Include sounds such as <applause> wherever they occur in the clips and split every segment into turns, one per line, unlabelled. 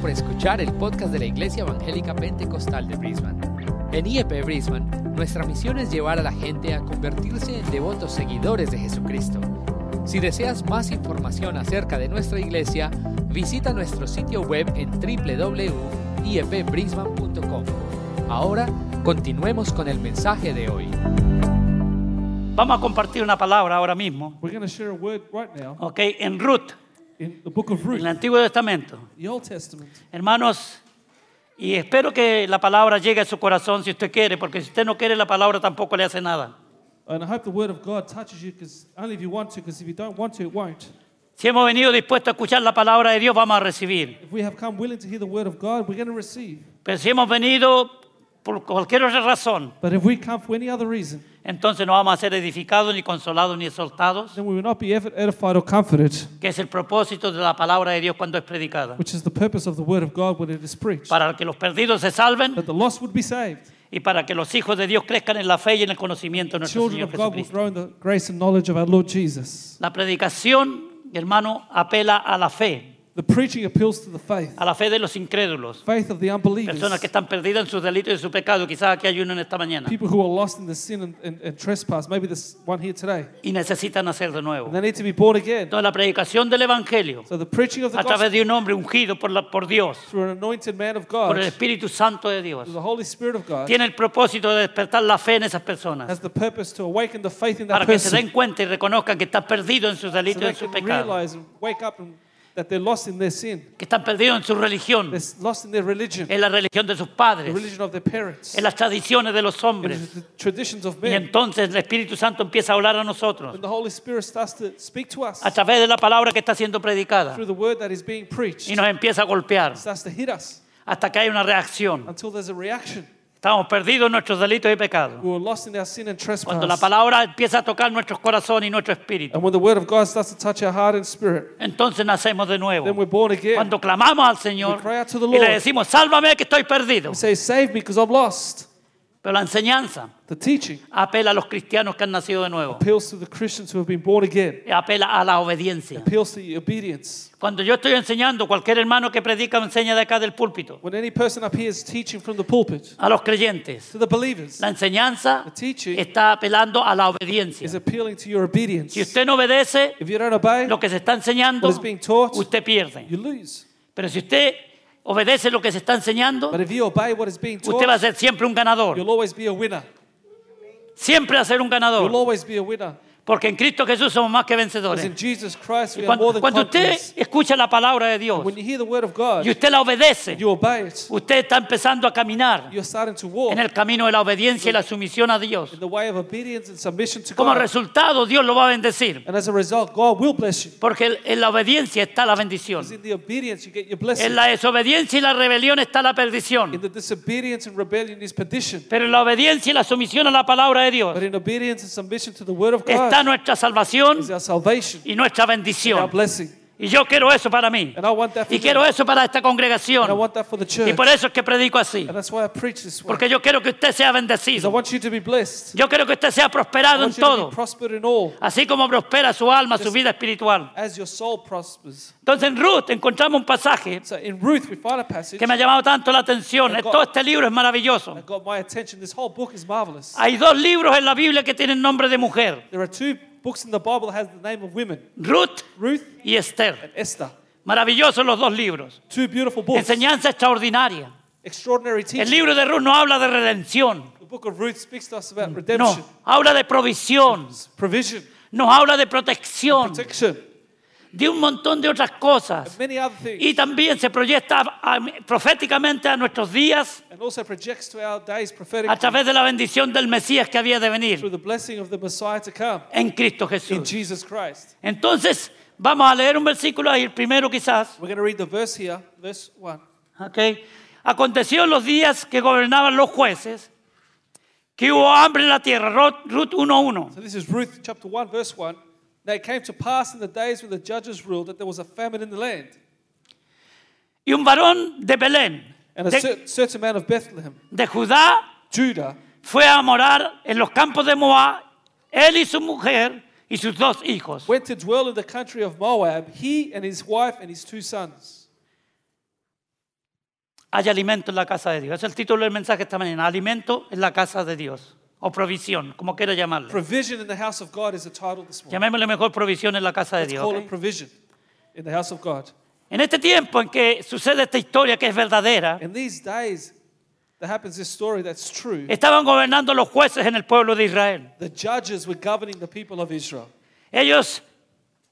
por escuchar el podcast de la Iglesia Evangélica Pentecostal de Brisbane. En IEP Brisbane, nuestra misión es llevar a la gente a convertirse en devotos seguidores de Jesucristo. Si deseas más información acerca de nuestra iglesia, visita nuestro sitio web en E www.iepbrisbane.com. Ahora, continuemos con el mensaje de hoy.
Vamos a compartir una palabra ahora mismo.
We're going to share a word right now
Ok, en Ruth,
in the book of
en el
Ruth,
Antiguo Testamento.
the Old Testament.
Hermanos, y espero que la palabra llegue a su corazón si usted quiere, porque si usted no quiere la palabra tampoco le hace nada.
And I hope the word of God touches you because only if you want to, because if you don't want to, it won't.
Si hemos venido dispuestos a escuchar la palabra de Dios, vamos a recibir.
If we have come willing to hear the word of God, we're going to receive.
Pero si hemos venido por cualquier otra razón,
But if we come for any other reason,
entonces no vamos a ser edificados, ni consolados, ni exhortados,
then we will not be ed- edified or comforted,
que es el propósito de la palabra de Dios cuando es predicada.
which is the purpose of the word of God when it is preached.
Para que los perdidos se salven
That the lost would be saved,
y para que los hijos de Dios crezcan en la fe y en el conocimiento de
the
nuestro
children
Señor
of God will
Jesucristo.
grow in the grace and knowledge of our Lord Jesus.
La predicación, hermano, apela a la fe,
The preaching appeals to the faith,
a la fe de los incrédulos,
faith of the unbelievers,
personas que están perdidas en sus delitos y en su pecado. Quizás aquí hay uno en esta mañana
people who are lost in the sin and, and, and trespass. Maybe this one here today.
y necesitan nacer de nuevo.
And they need to be born again.
Entonces, la predicación del Evangelio
So the preaching of the
a través
gospel
de un hombre ungido por, la- por Dios,
through an anointed man of
por
God,
el Espíritu Santo de Dios,
through the Holy Spirit of God,
tiene el propósito de despertar la fe en esas personas
has the purpose to awaken the faith in
para
that
que se
person
den cuenta y reconozcan que están perdidos en sus
so
delitos y
they
en su
can
pecado,
realize and wake up and, that they're lost in their sin.
que están perdidos en su religión,
They're lost in their religion,
en la religión de sus
the
padres,
religion of their parents,
en las tradiciones de los
and
hombres.
the traditions of
Y
men.
entonces el Espíritu Santo empieza a hablar a nosotros
And the Holy Spirit starts to speak to us
a través de la palabra que está siendo predicada
through the word that is being preached.
y nos empieza a golpear
starts to hit us
hasta que hay una reacción.
until there's a reaction.
Estamos perdidos en nuestros delitos y pecados.
We were lost in our sin and
Cuando la
trespass.
palabra empieza a tocar nuestros corazones y nuestro espíritu,
And when the word of God starts to touch our heart and spirit,
entonces nacemos de
then
nuevo.
we're born again.
Cuando clamamos al Señor
We cry out to the
y le
Lord.
decimos, sálvame que estoy perdido.
We say, Save me because I'm lost.
Pero la enseñanza
The teaching
apela a los cristianos que han nacido de nuevo.
appeals to the Christians who have been born again,
y Apela a la obediencia.
appeals to the obedience.
Cuando yo estoy enseñando, cualquier hermano que predica me enseña de acá del púlpito,
When any person up here is teaching from the pulpit
a los creyentes.
to the believers,
La enseñanza
The teaching
está apelando a la obediencia.
is appealing to your obedience.
Si usted no obedece
If you don't obey,
lo que se está enseñando,
what is being taught,
usted pierde.
you lose.
Pero si usted obedece lo que se está enseñando,
But if you obey what is being
usted va a
taught,
ser siempre un ganador.
you'll always be a winner.
Siempre va a ser un
You'll
ganador.
always be a winner.
Porque en Cristo Jesús somos más que
Because in
vencedores.
Jesus Christ, we are more
Cuando,
than
cuando usted
conquerors.
escucha la palabra de Dios
When you hear the word of
y
God,
usted la obedece,
you obey it.
usted está empezando a caminar
You're starting to walk
en el camino de la obediencia y la sumisión a Dios.
in the way of obedience and submission to
Como
God.
resultado, Dios lo va a bendecir.
And as a result, God will bless you.
Porque en la obediencia está la bendición.
Because in the obedience, you get your blessing.
En la desobediencia y la rebelión está la
In
perdición.
the disobedience and rebellion is perdition.
Pero en la obediencia y la sumisión a la palabra de Dios
But in obedience and submission to the word of
está
God
nuestra salvación
is our salvation,
y nuestra
our
bendición.
blessing.
Y yo quiero eso para mí.
And I want that for
Y
you.
quiero eso para esta
And I
congregación.
want that for the
Y
church.
por eso es que predico así.
And that's why I preach this way.
Porque yo quiero que usted sea
Because I
bendecido.
want you to be blessed.
Yo quiero que usted sea
I
prosperado en
want you to
todo.
be prospered in all
Así como prospera su alma, su vida espiritual.
as your soul prospers.
Entonces en Ruth encontramos un pasaje
So in Ruth, we find a passage
que me ha llamado tanto la atención. Todo este libro es maravilloso.
that got my attention. This whole book is marvelous.
Hay dos libros en la Biblia que tienen nombre de mujer.
There are two books in the Bible that has the name of women,
Ruth
Ruth
y Esther.
and Esther.
Maravillosos los dos libros.
Two beautiful books.
Enseñanza extraordinaria.
Extraordinary
El
teaching.
libro de Ruth no habla de redención.
The book of Ruth speaks to us about redemption,
No, habla de provisión.
provision,
Nos habla de protección.
protection,
De un montón de otras cosas.
many other things.
Y también se proyecta a- a- proféticamente a nuestros días
and also projects to our days
a
prophetically
través de la bendición del Mesías que había de venir
through the blessing of the Messiah to come
en Cristo
in
Jesús.
Jesus Christ.
Entonces, vamos a leer un versículo ahí, el primero quizás.
We're going to read the verse here, verse 1.
¿ok? Aconteció en los días que gobernaban los jueces que hubo hambre en la tierra. Ro- Ruth 1.1.
So this is Ruth chapter 1, verse 1. Now it came to pass in the days when the judges ruled that there was a famine in the land,
Y un varón de Belén,
and a
de,
cer- certain man of Bethlehem,
de Judá,
Judah,
fue a morar en los campos de Moab, él y su mujer y sus dos hijos.
went to dwell in the country of Moab, he and his wife and his two sons.
hay alimento en la casa de Dios. Es el título del mensaje esta mañana, alimento en la casa de Dios, o provisión, como quiera llamarle.
Provision in the house of God is the title this morning.
Llamémosle mejor provisión en la casa de
Let's
Dios.
call
¿ok?
it provision in the house of God.
En este tiempo en que sucede esta historia que es verdadera,
In these days, there happens this story that's true.
estaban gobernando los jueces en el pueblo de Israel.
The judges were governing the people of Israel.
Ellos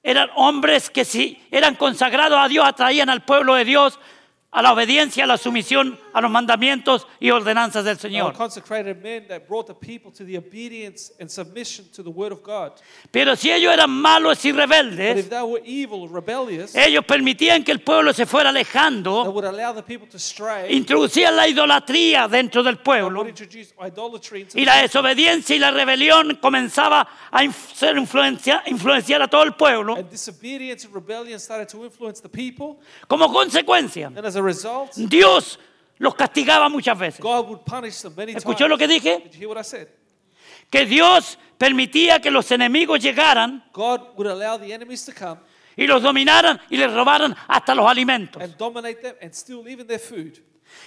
eran hombres que si eran consagrados a Dios atraían al pueblo de Dios a la obediencia, a la sumisión, a los mandamientos y ordenanzas del
They were
Señor.
consecrated men that brought the people to the obedience and submission to the word of God.
Pero si ellos eran malos y
But if
rebeldes,
they were evil, rebellious, they
ellos permitían que el pueblo se fuera alejando,
would allow the people to stray
introducían la idolatría dentro del
and would
pueblo
introduce idolatry into
y
the
la desobediencia y la rebelión comenzaba a inf- ser influencia- influenciar a todo el pueblo.
And disobedience and rebellion started to influence the people.
Como consecuencia,
And as a result,
Dios los castigaba muchas veces.
God would punish them many times.
¿Escuchó lo que dije?
Did you hear what I said?
que Dios permitía que los enemigos llegaran
God would allow the enemies to come
y los dominaran y les robaran hasta los alimentos.
and dominate them and steal even their food.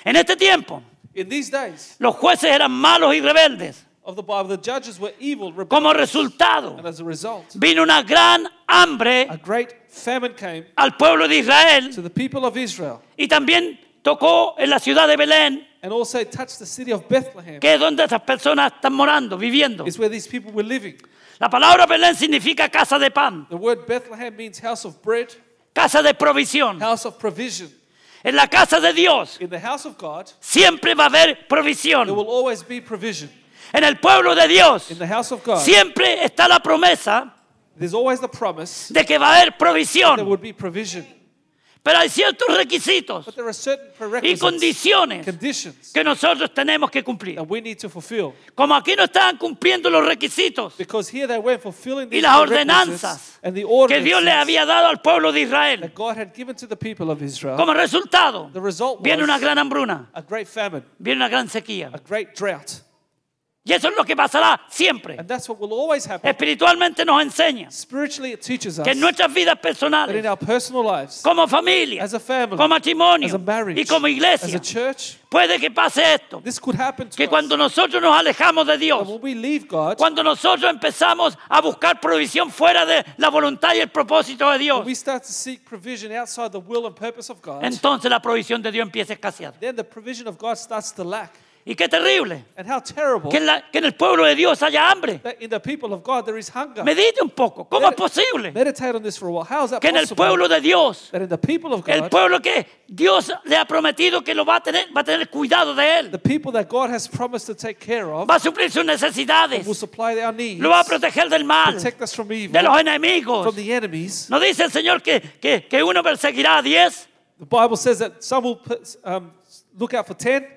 En este tiempo,
In these days
los jueces eran malos y rebeldes.
of the Bible, the judges were evil,
Como
rebellious.
resultado,
And as a result,
vino una gran
a
hambre
great famine came
al pueblo de Israel
to the people of Israel
y también tocó en la ciudad de Belén,
and also touched the city of Bethlehem.
que es donde esas personas están morando, viviendo.
Is where these people were living.
La palabra Belén significa casa de pan,
The word Bethlehem means house of bread,
casa de provisión.
house of provision.
En la casa de Dios
In the house of God,
siempre va a haber
there
provisión.
will always be provision.
En el pueblo de Dios
In the house of God,
Siempre está la promesa
There's always the promise
de que va a haber
there
provisión,
would be provision,
pero hay ciertos requisitos
but there are certain
y
prerequisites,
condiciones
conditions
que nosotros tenemos que cumplir.
that we need to fulfill.
Como aquí no estaban cumpliendo los requisitos
Because here they were fulfilling
y
these
las
prerequisites
ordenanzas
and the
que Dios le
ordinances
había dado al pueblo de Israel,
that God had given to the people of Israel.
como resultado,
The result
viene una
was
gran hambruna,
a great famine,
viene una gran sequía.
a great drought.
Y eso es lo que pasará siempre.
And that's what will always happen.
Espiritualmente nos enseña
Spiritually, it teaches us
que en
that
nuestras vidas
in
personales,
our personal lives,
como familia,
as a family,
como matrimonio
as a marriage,
y como
as a
iglesia,
church,
puede que pase esto.
this could happen to
que
us.
cuando nosotros nos alejamos de
And
Dios,
when we leave God,
cuando nosotros empezamos a buscar provisión fuera de la voluntad y el propósito de Dios,
we start to seek provision outside the will and purpose of God.
entonces la provisión de Dios empieza a escasear.
then the provision of God starts to lack.
Y qué terrible
And how terrible
que en, la- que en el pueblo de Dios haya hambre.
that in the people of God there is hunger.
Medite un poco, ¿cómo es posible
Meditate on this for a while. How is that
que en el
possible?
pueblo de Dios,
that in the people of
el
God,
pueblo que Dios le ha prometido que lo va a tener, va a tener cuidado de
the
él,
people that God has promised to take care of,
va a suplir sus
will
necesidades,
supply our needs,
lo va a proteger del mal,
protect us from evil,
de los enemigos.
from the enemies.
¿No dice el Señor que, que, que uno perseguirá a diez?
The Bible says that some will put, um, look out for 10,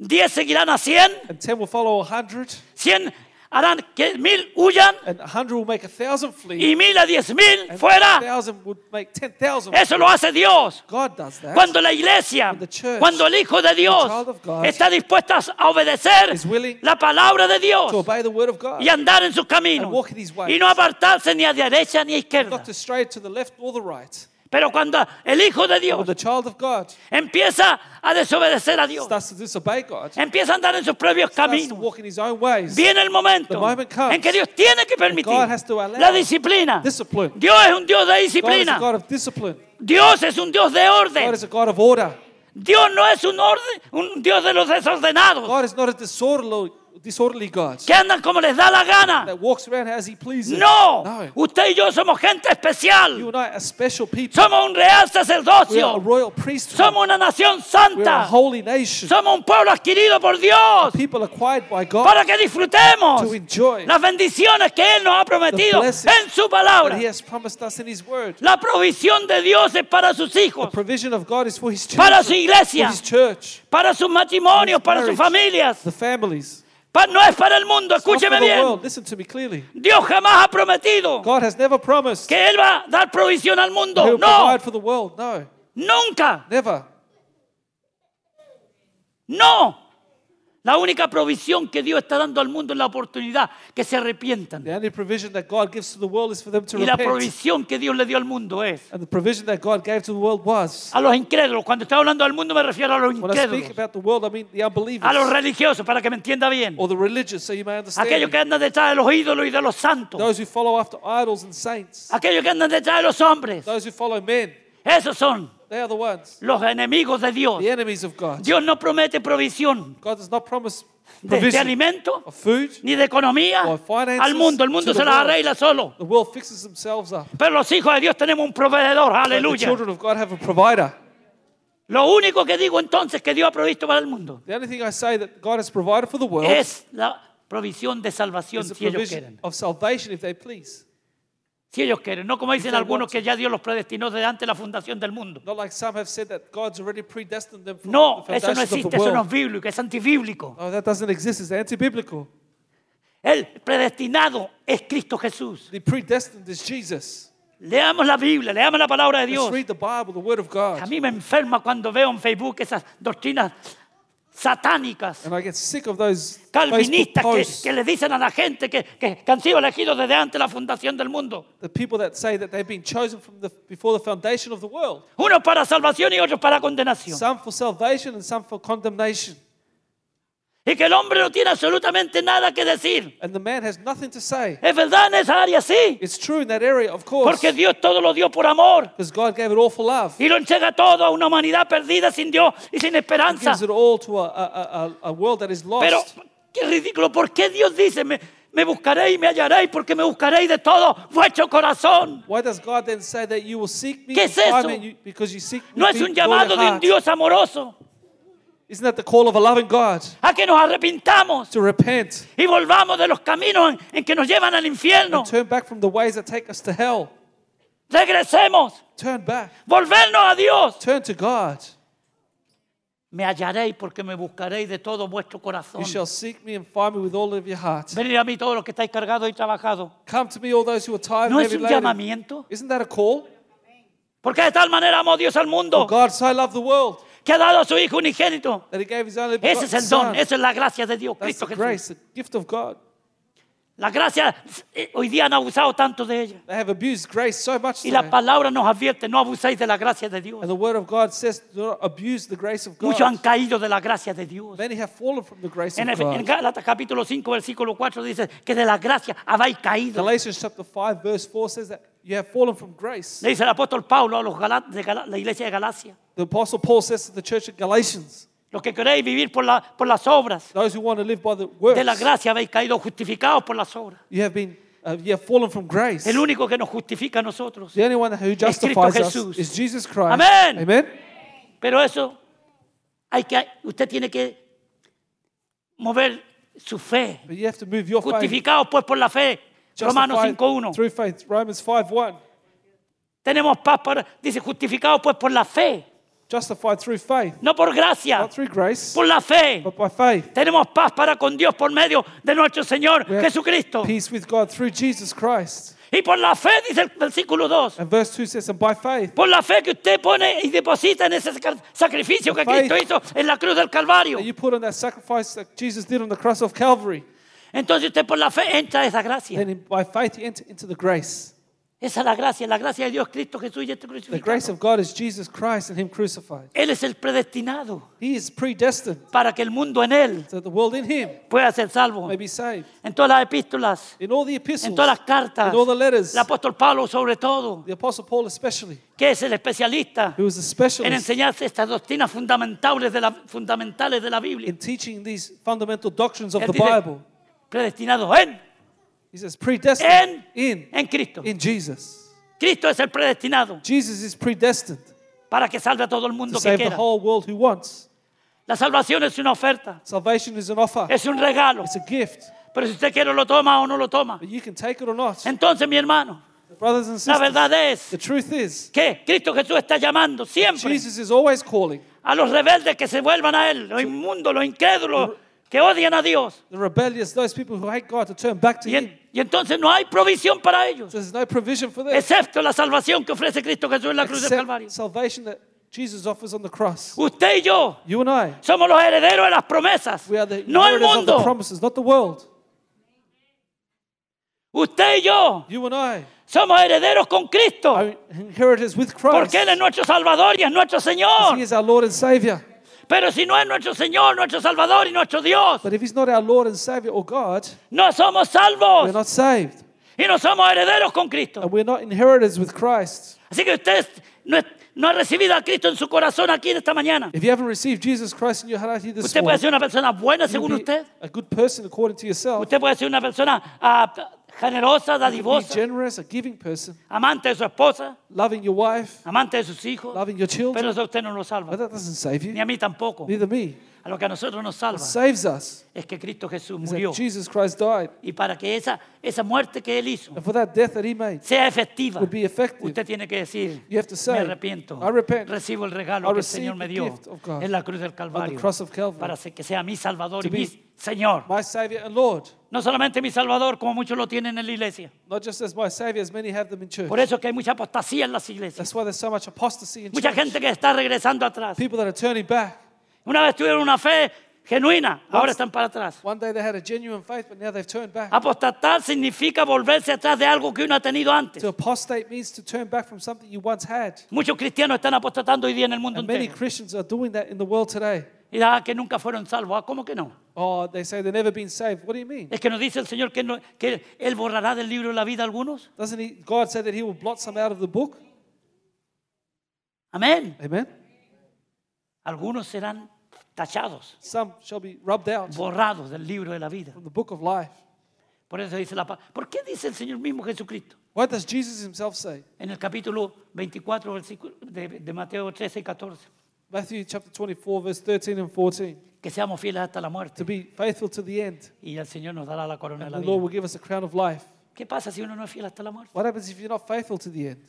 10 seguirán a 100,
and 10 will follow a 100,
100 harán que mil huyan
and a 100 will make a 1,000 flee,
y mil a diez mil
and
fuera.
1,000 would make 10,000.
Eso lo hace Dios.
God does that.
Cuando la iglesia,
the church,
cuando el Hijo de Dios
child of God
está dispuesta a obedecer
is willing
la palabra de
to
Dios
obey the word of God,
y andar en sus caminos
and walk in his ways.
y no apartarse ni a derecha ni a izquierda.
not to stray to the left or the right.
Pero cuando el Hijo de Dios
When the child of God
empieza a desobedecer a Dios,
starts to disobey God,
empieza a andar en sus propios
starts to
caminos,
walk in his own ways.
Viene el
The
momento
moment comes
en que Dios tiene que permitir
God has to allow
la disciplina.
discipline.
Dios es un Dios de
God is a
disciplina.
God of discipline.
Dios es un Dios de
God
orden.
is a God of order.
Dios no es un, orden, un Dios de los desordenados
God is not a disorderly, disorderly God
que andan como les da la gana.
that walks around as he pleases.
No,
No.
usted y yo somos gente
You
especial.
and I are special people.
Somos un real
We are a
sacerdocio.
royal priesthood.
Somos una nación
We are a
santa.
holy nation.
Somos un pueblo adquirido por Dios
People acquired by God
para que disfrutemos
to enjoy
las bendiciones que Él nos ha prometido
blessings
en su
what
palabra.
he has promised us in his word.
La provisión de Dios es para sus
The
hijos,
provision of God is for his
para su
children, for
iglesia,
his church,
para sus matrimonios, para sus familias.
the families.
Pa- no es para el mundo,
Not for
escúcheme
the
bien.
world. Listen to me clearly.
Dios jamás ha prometido
God has never promised
que Él va a dar provisión al
He
mundo.
will
No,
provide for the world. No,
nunca,
never.
no. La única provisión que Dios está dando al mundo es la oportunidad que se arrepientan.
The only provision that God gives to the world is for them to
Y la
repent.
provisión que Dios le dio al mundo es
And the provision that God gave to the world was
a los incrédulos. Cuando estoy hablando del mundo me refiero a los
when I speak
incrédulos,
about the world, I mean the
a los
unbelievers
religiosos, para que me entienda bien.
or the religious, so you may understand.
Aquellos que andan detrás de los ídolos y de los santos.
Those who follow after idols and saints,
Aquellos que andan detrás de los hombres.
those who follow men,
Esos son
they are the ones,
los enemigos de Dios.
the enemies of God.
Dios no promete provisión
God does not promise
de, de
provision
alimento
of food.
ni de economía
Or finances
al mundo. El mundo
to the
se las
world.
arregla solo.
The world fixes themselves up.
Pero los hijos de Dios tenemos un proveedor.
But The
Aleluya.
children of God have a provider.
Lo único que digo entonces que Dios ha provisto para el mundo
The only thing I say that God has provided for the world
es la provisión de salvación
is the
si ellos quieren.
provision of salvation if they please.
Si ellos quieren. No como dicen
they
algunos
want
que ya Dios los predestinó desde antes de la fundación del mundo.
Not like some have said that God's already predestined them for
No,
the
eso no
foundation of
existe,
the
eso no
world.
es bíblico, es antibíblico.
Oh, that doesn't exist. It's anti-biblical.
El predestinado es Cristo Jesús.
The predestined is Jesus.
Leamos la Biblia, leamos la palabra de Dios.
Let's read the Bible, the Word of
A
God.
mí me enferma cuando veo en Facebook esas doctrinas satánicas,
And I get sick of those Facebook
calvinistas, que,
posts.
que le dicen a la gente que, que- que han sido elegidos desde antes de la fundación del mundo.
The people that say that they've been chosen from the, before the foundation of the world.
Unos para salvación y otros para condenación.
Some for salvation and some for condemnation.
Y que el hombre no tiene absolutamente nada que decir.
And the man has nothing to say.
Es verdad en esa área, sí.
It's true in that area, of course.
Porque Dios todo lo dio por amor.
Because God gave it all for love. He
Y lo entrega todo a una humanidad perdida sin Dios y sin esperanza.
gives it all to a, a, a, a world that is lost.
Pero qué ridículo, ¿por qué Dios dice, me, me buscaréis y me hallaréis porque me buscaréis de todo vuestro corazón?
Why does God then say that you will seek me
¿Qué
and
es
find
eso?
me you- because you seek me
No es
with
un
all your
llamado de un
heart?
Dios amoroso
Isn't that the call of a loving God?
a que nos arrepintamos
To repent,
y volvamos de los caminos en, en que nos llevan al infierno.
turn back from the ways that take us to hell.
Regresemos,
Turn back,
volvernos a Dios.
turn to God.
Me hallaréis porque me buscaréis de todo vuestro corazón.
You shall seek me and find me with all of your heart.
Venid a mí todos los que estáis cargados y trabajados.
Come to me, all those who are tired
¿No
and
es
heavy
un
laden.
llamamiento?
Isn't that a call? Oh,
Porque de tal manera amó Dios al mundo
God so loved the world
que ha dado a su Hijo unigénito.
that He gave His only
Ese
begotten
es el don,
Son.
esa es la gracia de Dios,
That's
Cristo
the
Jesús.
grace, the gift of God.
La gracia eh, hoy día han abusado tanto de ella.
They have abused grace so much
Y
today.
la palabra nos advierte, no abuséis de la gracia de
And
Dios.
the Word of God says, do not abuse the grace of God.
Muchos han caído de la gracia de Dios.
Many have fallen from the grace
En,
of
Efe- en
God.
Gálatas capítulo 5, versículo 4 dice que de la gracia habéis caído.
Galatians chapter 5, verse 4 says that you have fallen from grace.
Le dice el apóstol Pablo a los Gala- de Gala- la iglesia de Galacia.
The Apostle Paul says to the church at Galatians,
Los que queréis vivir por, la- por las obras,
those who want to live by the
de la
works,
gracia habéis caído, justificados por las obras.
you have been, uh, you have fallen from grace.
El único que nos justifica a nosotros.
The only one who
Cristo
justifies us
Jesús.
is Jesus Christ.
Amén.
Amen.
Pero eso, hay que, usted tiene que mover su fe.
But you have to move your faith.
Justificados pues por la fe. Romanos
justified
5.1.
Through faith. Romans 5.1.
Tenemos paz para... Dice, justificados pues por la fe.
Justified through faith.
No por gracia,
Not through grace,
por la fe.
but by faith.
Tenemos paz para con Dios por medio de nuestro Señor
We have
Jesucristo.
Peace with God through Jesus Christ.
Y por la fe, dice el versículo 2.
And verse 2 says, and by faith.
Por la fe que usted pone y deposita en ese sacar- sacrificio que
Faith.
Cristo hizo en la cruz del Calvario.
that you put on that sacrifice that Jesus did on the cross of Calvary.
Entonces usted por la fe entra a esa gracia.
Then in- by faith you enter into the grace.
Esa es la gracia, la gracia de Dios, Cristo Jesús y este
The grace
crucificado.
of God is Jesus Christ and Him crucified.
Él es el predestinado
He is predestined
para que el mundo en Él
so that the world in Him
pueda ser salvo.
may be saved.
En todas las epístolas,
In all the epistles,
en todas las cartas,
in all the letters,
el apóstol Pablo sobre todo,
the Apostle Paul especially,
que es el especialista
who was a
en
specialist
enseñarse estas doctrinas fundamentales de la, fundamentales de la Biblia.
in teaching these fundamental doctrines of
Él
the
dice,
Bible,
predestinado en,
he says, predestined
en,
in,
en Cristo.
in Jesus.
Cristo es el predestinado
Jesus is predestined
para que salve a todo el
to
mundo que
save the
quiera.
whole world who wants.
La salvación es una oferta,
Salvation is an offer,
es un regalo.
it's a gift,
Pero si usted quiere lo toma o no lo toma.
but you can take it or not.
Entonces, mi hermano,
Brothers and
la
sisters,
verdad es
The truth is,
que Cristo Jesús está llamando siempre
Jesus is always calling
a los rebeldes que se vuelvan a Él, los inmundos, los incrédulos, que odian a Dios.
the rebellious, those people who hate God, to turn back to
Y,
Him.
en- y entonces no hay provisión para ellos,
There's no provision for them
excepto la salvación que ofrece Cristo Jesús en la cruz del
except
Calvario.
salvation that Jesus offers on the cross.
Usted y yo
You and I,
somos los herederos de las promesas,
we are the
no el
inheritors of the
mundo.
promises, not the world.
Usted y yo
You and I
somos herederos con Cristo,
are inheritors with Christ.
porque Él es nuestro Salvador y es nuestro Señor.
He is our Lord and Savior.
Pero si no es nuestro Señor, nuestro Salvador y nuestro Dios,
But if He's not our Lord and Savior or God,
no somos
we're
salvos
not saved.
y no somos herederos con Cristo.
And we're not inheritors with Christ.
Así que usted no, es- no ha recibido a Cristo en su corazón aquí en esta mañana.
If you haven't received Jesus Christ in your heart here this
Usted puede
morning,
ser una persona buena
you'll
según
be
usted.
a good person according to yourself.
Usted puede ser una persona ah, generosa,
Be
dadivosa,
generous, a giving person,
amante de su esposa,
loving your wife,
amante de sus hijos.
loving your children.
Pero eso a usted no lo salva,
But that doesn't save
ni a
you.
mí tampoco.
Neither me.
A lo que a nosotros nos salva
What saves us
es que Cristo Jesús
is that
murió.
Jesus Christ died.
Y para que esa, esa muerte que Él hizo
And for that death that He made,
sea efectiva,
would be effective.
usted tiene que decir,
You have to say,
me arrepiento,
I repent.
recibo el
I
regalo que el
receive
Señor me
the
dio
gift of God
en la cruz del
on
Calvario,
the cross of Calvary.
para que sea mi Salvador
To
y mi
be-
Señor.
my Savior and Lord.
No solamente mi Salvador, como muchos lo tienen en la iglesia.
Not just as my Savior, as many have them in church.
Por eso es que hay mucha apostasía en las iglesias.
That's why there's so much apostasy in
Mucha
church.
gente que está regresando atrás.
People that are turning back.
Una vez tuvieron una fe genuina, ahora están para atrás.
One day they had a genuine faith, but now they've turned back.
Apostatar significa volverse atrás de algo que uno ha tenido antes.
To apostate means to turn back from something you once had.
Muchos cristianos están apostatando hoy día en el mundo
And many
entero.
Christians are doing that in the world today.
Y ah, que nunca fueron salvos. Ah, ¿Cómo que no?
Oh, they say they've never been saved. What do you mean?
Es que nos dice el Señor que, no- que Él borrará del libro de la vida a algunos.
Doesn't he, God say that He will blot some out of the book?
Amén.
Amen.
Algunos serán tachados,
Some shall be rubbed out from
borrados del libro de la vida.
the book of life.
Por eso dice la pa- ¿Por qué dice el Señor mismo Jesucristo?
What does Jesus Himself say?
En el capítulo 24 versículo de, de Mateo 13 y 14.
Matthew chapter 24, verse 13 and 14.
Que seamos fieles hasta la
To
muerte
be faithful to the end,
y el Señor nos dará la corona de
and
la
the Lord
vida.
will give us a crown of life.
¿Qué pasa si uno no es fiel hasta la muerte?
What happens if you're not faithful to the end?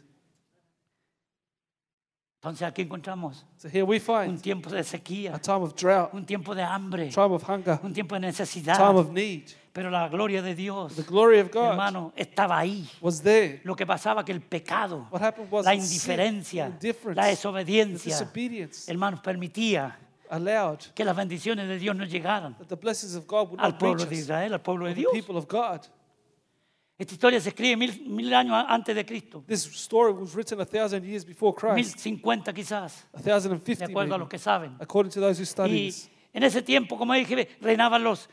Entonces aquí encontramos
So here we
un
find
tiempo de
a
sequía,
time of drought,
un tiempo de hambre,
time of hunger,
un tiempo de
time
necesidad,
of need.
pero la gloria de Dios,
The glory of God
hermano, estaba ahí.
was there.
Lo que pasaba que el pecado,
What happened was
la
the sin,
indiferencia,
indifference,
la
The
desobediencia,
disobedience
hermanos, permitía
allowed
que las bendiciones de Dios no llegaran
that the blessings of God would
al
not
pueblo de
reach us,
Israel, al pueblo de
the
Dios.
people of God.
Esta historia se escribe mil, mil años a- antes de Cristo,
This story was written a thousand years before
mil
Christ,
cincuenta quizás,
a thousand and
de
fifty,
acuerdo a
maybe,
los que saben.
according to those who study
Y
this.
en ese tiempo, como dije, reinaban los,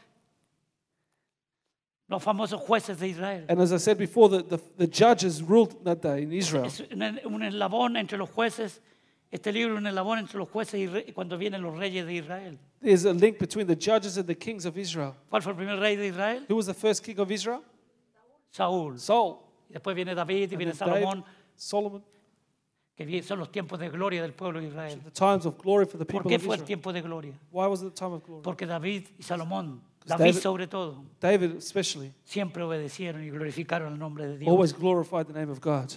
los famosos jueces de Israel.
And as I said before, the, the, the judges ruled that day in Israel.
Es un, un eslabón entre los jueces. Este libro es un eslabón entre los jueces y re- cuando vienen los reyes de Israel.
There's a link between the judges and the kings of Israel.
¿Cuál fue el primer rey de Israel?
Who was the first king of Israel?
Saúl.
Saul.
Y Después viene David y
And
viene
then David,
Salomón,
Solomon.
que vi- son los tiempos de gloria del pueblo de Israel.
The times of glory for the
¿Por
people
qué
of
fue el
Israel.
tiempo de gloria?
Why was it the time of glory?
Porque David y Salomón,
Because
David
David-
sobre todo,
David especially
siempre obedecieron y glorificaron el nombre de Dios.
always glorified the name of God.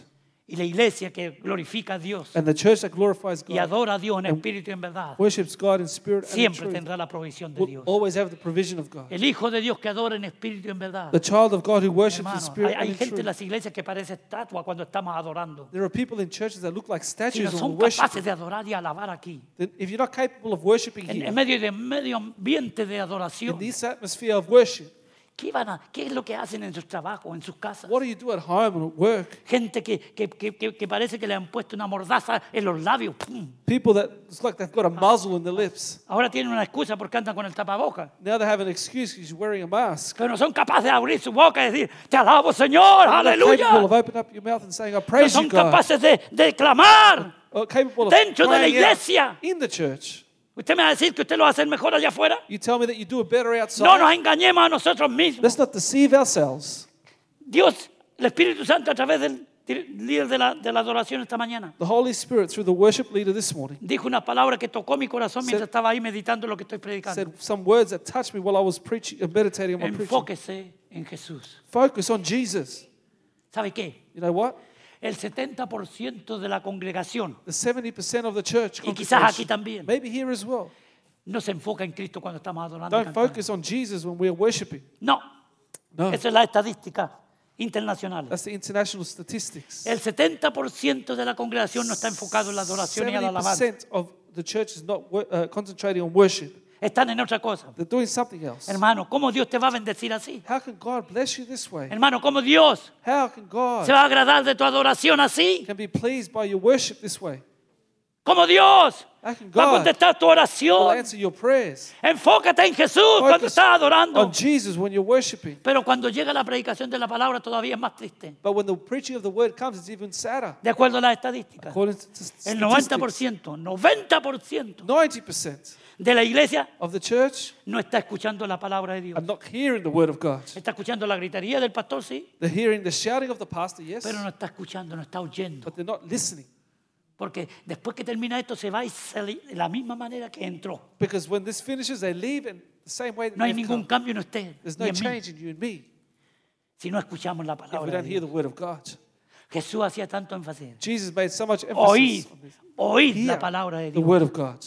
Y la iglesia que glorifica a Dios
And the church that glorifies
y
God,
adora a Dios en espíritu y en verdad,
worships God in spirit and in
siempre
truth,
tendrá la provisión de
will
Dios.
always have the provision of God.
El Hijo de Dios que adora en espíritu y en verdad.
The child of God who worships in
Hermano,
spirit
hay, hay
and in
gente en
truth.
las iglesias que parece estatua cuando estamos adorando.
There are people in churches that look like
Si no
statues
son
of worship.
capaces de adorar y alabar aquí,
Then if you're not capable of worshiping
en, en
here,
medio de medio ambiente de adoración,
in this atmosphere of worship,
¿qué, van a- qué es lo que hacen en sus trabajos, en sus casas?
what do you do at home and at work?
Gente que, que- que- que- que parece que le han puesto una mordaza en los labios. ¡pum!
People that it's like they've got a muzzle in their lips.
Ahora tienen una excusa porque andan con el tapaboca.
Now they have an excuse because you're wearing a mask.
Pero no son capaces de abrir su boca y decir, te alabo Señor,
You're not capable of
aleluya.
opening up your mouth and saying, I
No
praise
son
you, God.
capaces de, de clamar.
Or capable of
Dentro de la
crying out
iglesia.
in the church.
¿Usted me va a decir que usted lo va a hacer mejor allá afuera?
You tell me that you do it better
No nos
outside.
engañemos a nosotros mismos.
Let's not deceive ourselves.
Dios, el Espíritu Santo a través del dir- líder de la, de la adoración esta mañana,
The Holy Spirit, through the worship leader this morning,
dijo una palabra que tocó mi corazón mientras
Said-
estaba ahí meditando lo que estoy predicando.
said some words that touched me while I was preaching and meditating on my preaching.
Enfóquese en Jesús.
Focus on Jesus.
¿Sabe qué?
You know what?
El 70% de la congregación
The 70% of the church,
Y quizás aquí
congregation,
también.
maybe here as well,
no se enfoca en Cristo cuando estamos adorando. y
don't
cantando.
focus on Jesus when we're worshiping.
No,
No.
esa es la estadística internacionales.
That's the international statistics.
El 70% de la congregación no está enfocado en la adoración y a la alabanza.
70% of the church is not wo- uh, concentrating on worship.
Están en otra cosa.
They're doing something else.
Hermano, ¿cómo Dios te va a bendecir así?
How can God bless you this way?
Hermano, ¿cómo Dios
How can
se
God
va a agradar de tu adoración así?
can be pleased by your worship this way?
¿Cómo Dios
How can
va a
God
contestar tu
will
oración?
answer your prayers?
Enfócate en Jesús cuando
Focus
estás adorando.
On Jesus when you're worshiping.
Pero cuando llega la predicación de la palabra todavía es más triste.
But when the preaching of the word comes, it's even sadder.
De acuerdo a las estadísticas,
According to t-
el
statistics,
90%, 90%
90%
de la iglesia
of the church
no está escuchando la palabra de Dios.
are not hearing the word of God.
Está escuchando la gritería del pastor, sí,
They're hearing the shouting of the pastor, yes,
pero no está escuchando, no está oyendo.
but they're not listening.
Porque después que termina esto se va y sale de la misma manera que entró.
Because when this finishes, they leave in the same way that
No hay
they've
ningún
come.
cambio en usted
There's
ni
no
en mí
change in you and me
si no escuchamos la
if we
palabra
don't
de Dios.
hear the word of God.
Jesús hacía tanto énfasis.
Jesus made so much emphasis
Oíd,
on this.
oíd
Hear
la palabra de
the
Dios.
word of God.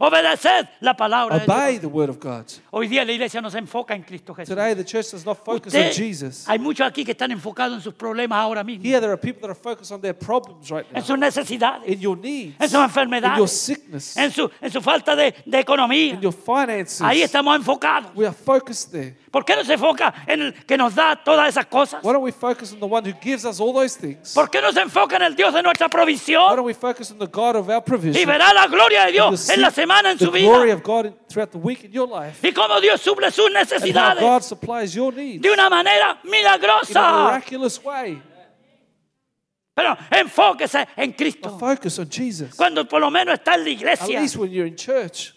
Obedeced la palabra de Dios.
Obey the word of God.
Hoy día la iglesia no se enfoca en Cristo Jesús.
Today, the church does not focus
Usted-
on Jesus.
hay muchos aquí que están enfocados en sus problemas ahora mismo,
Here, there are people that are focused on their problems right
en
now,
sus necesidades,
in your needs,
en sus
in your
enfermedades,
sickness,
en su, en su falta de, de economía.
in your finances.
Ahí estamos enfocados.
We are focused there.
¿Por qué no se enfoca en el que nos da todas esas cosas?
Why don't we focus on the one who gives us all those things?
¿Por qué no se enfoca en el Dios de nuestra
Why
provisión?
don't we focus on the God of our
Y
provision?
verá la gloria de
You'll
Dios
see
en la semana, en
the
su
glory
vida.
of God in- throughout the week in your life.
Y cómo Dios suple sus
And how
necesidades
God supplies your needs
de una manera
in a
milagrosa.
miraculous way.
Pero enfóquese en Cristo.
Focus on Jesus.
Cuando por lo menos está en la
At
iglesia.
least when you're in church.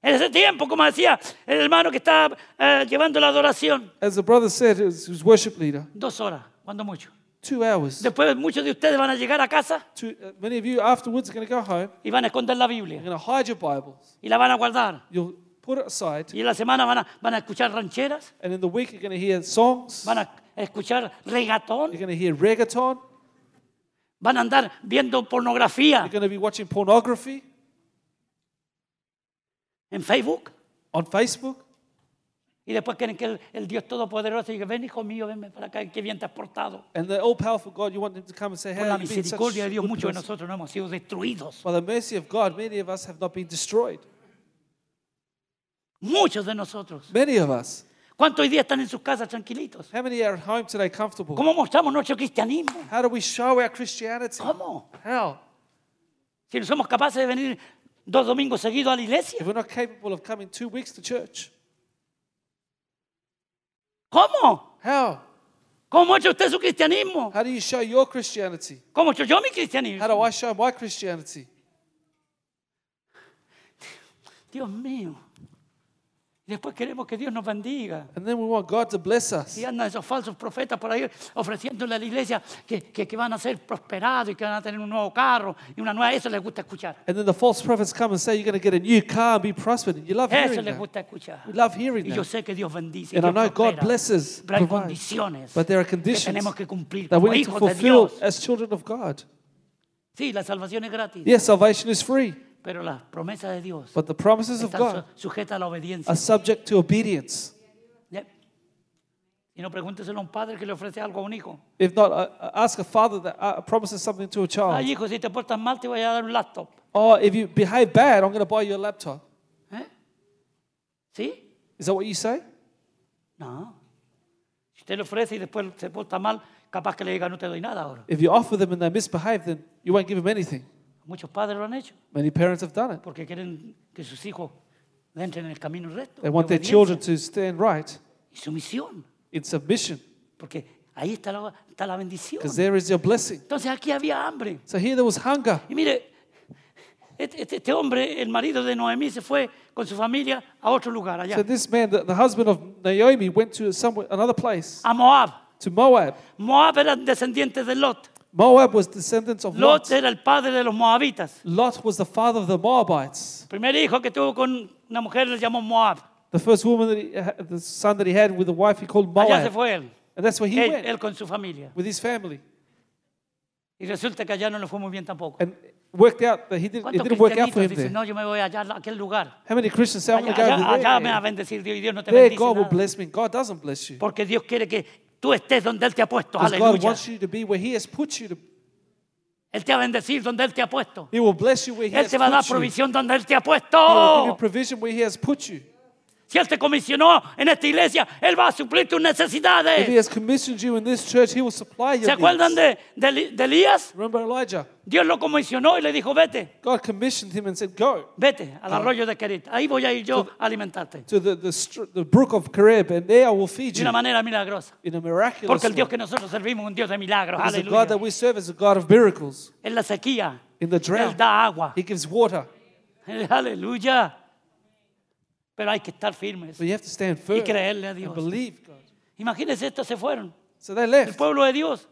En ese tiempo, como decía el hermano que está eh, llevando la adoración,
As the brother said, who's who's worship leader,
dos horas, cuando mucho.
two hours.
Después muchos de ustedes van a llegar a casa
Two, uh, many of you afterwards are going to go home.
y van a esconder la
You're
Biblia
going to hide your Bibles.
y la van a guardar.
You'll put it aside.
Y en la semana van a, van a escuchar rancheras,
And in the week, you're going to hear songs.
van a escuchar
You're
regatón,
going to hear reggaeton.
van a andar viendo pornografía
You're going to be watching pornography
en Facebook.
on Facebook.
Y después quieren que el, el Dios Todopoderoso diga, ven hijo mío, venme para acá, qué bien te has portado.
And the all-powerful God, you want him to come and say,
Por
"Hey,
la
you've been such
misericordia de Dios,
good
muchos de
person."
nosotros no hemos sido destruidos.
By the mercy of God, many of us have not been destroyed.
Muchos de nosotros.
Many of us.
¿Cuántos hoy día están en sus casas tranquilitos?
How many are at home today comfortable?
¿Cómo mostramos nuestro cristianismo?
How do we show our Christianity?
¿Cómo?
How?
Si no somos capaces de venir dos domingos seguidos a la iglesia.
If we're not capable of coming two weeks to church,
¿Cómo?
how?
¿Cómo muestra usted su cristianismo?
How do you show your Christianity?
¿Cómo muestro yo mi
How
cristianismo?
do I show my Christianity?
Dios mío. Y después queremos que Dios nos bendiga.
And then we want God to bless us.
Y andan esos falsos profetas por ahí ofreciéndole a la iglesia que, que- que van a ser prosperados y que van a tener un nuevo carro y una nueva. Eso les gusta escuchar.
And then the false prophets come and say, You're going to get a new car and be prospered. And you love
Eso
hearing
les
that.
gusta escuchar.
We love hearing
Y yo
that.
sé que Dios bendice. y
And I
Dios
know God
prospera,
blesses,
pero hay
provides.
condiciones
But there are
que
conditions
tenemos que cumplir
that
como
we need to
hijos de
fulfill
Dios.
as children of God.
Sí, la salvación es gratis.
Yes, salvation is free,
Pero las promesas de Dios
but the promises of
están
God
su- sujetas a la obediencia.
are subject to obedience.
¿Ya? Y no pregúnteselo a un padre que le ofrece algo a un hijo.
If not, uh, uh, ask a father that uh, promises something to a child.
Ay, hijo, si te portas mal, te voy a dar un laptop.
Oh, if you behave bad, I'm going to buy you a laptop.
¿Eh? ¿Sí?
Is that what you say?
No. Si usted le ofrece y después se porta mal, capaz que le diga, no te doy nada ahora.
If you offer them and they misbehave, then you won't give them anything.
Muchos padres lo han hecho
Many parents have done it.
porque quieren que sus hijos entren en el camino recto.
They
de
want their
obediencia
children to stand right
Y sumisión,
in submission
porque ahí está la, está la bendición.
because there is your blessing.
Entonces aquí había hambre.
So here there was hunger.
Y mire, este, este- este hombre, el marido de Noemí, se fue con su familia a otro lugar, allá,
So this man, the, the husband of Naomi, went to somewhere, another place,
a Moab.
to Moab.
Moab eran descendientes de Lot.
Moab was descendants of
Lot
Lot.
era el padre de los moabitas.
Lot was the father of the Moabites.
El primer hijo que tuvo con una mujer le llamó Moab.
The first woman that he, ha- the son that he had with the wife he called
Allá se
Moab.
fue él,
And that's where he
él,
went
él con su familia.
with his family.
Y resulta que allá no le fue muy bien tampoco.
And it worked out that he didn't, it
¿Cuántos
didn't work out
cristianitos
for him there.
dicen, no, yo me voy allá a aquel lugar?
How many Christians say, I'm
Allá,
going to go
allá-
over
allá me va a
there?
bendecir Dios y Dios no te
There
bendice
God will
nada.
bless me. God doesn't bless you.
Porque Dios quiere que tú estés donde Él te ha puesto.
Because God
Aleluya.
wants you to be where He has put you. To,
Él te va a bendecir donde Él te ha puesto.
he will bless you where He
Él
has
te va a dar
put you.
provisión donde Él te ha
He will give you
puesto.
provision where He has put you.
Si Él te comisionó en esta iglesia, Él va a suplir tus
If He
necesidades.
has commissioned you in this church, He will supply your
¿Se acuerdan
needs.
de, de Eli- de Elías?
Remember Elijah?
Dios lo comisionó y le dijo, vete,
God commissioned him and said, Go
vete
Ah.
al arroyo de Querit. Ahí voy a ir yo a alimentarte.
to the, the, str- the brook of Carib, and there I will feed
De
you
una manera milagrosa.
in a miraculous
Porque el
way.
Dios que nosotros servimos es un Dios de milagros.
Because the God that
Aleluya.
we serve is a God of miracles.
En la sequía,
In the
Él
drought,
da agua.
He gives water.
<laughs> Aleluya. Pero hay que estar firmes
But you have to stand firm
y creerle a
and
Dios.
believe God.
Imagínense, estos se fueron.
So they
El
left.
pueblo de Dios.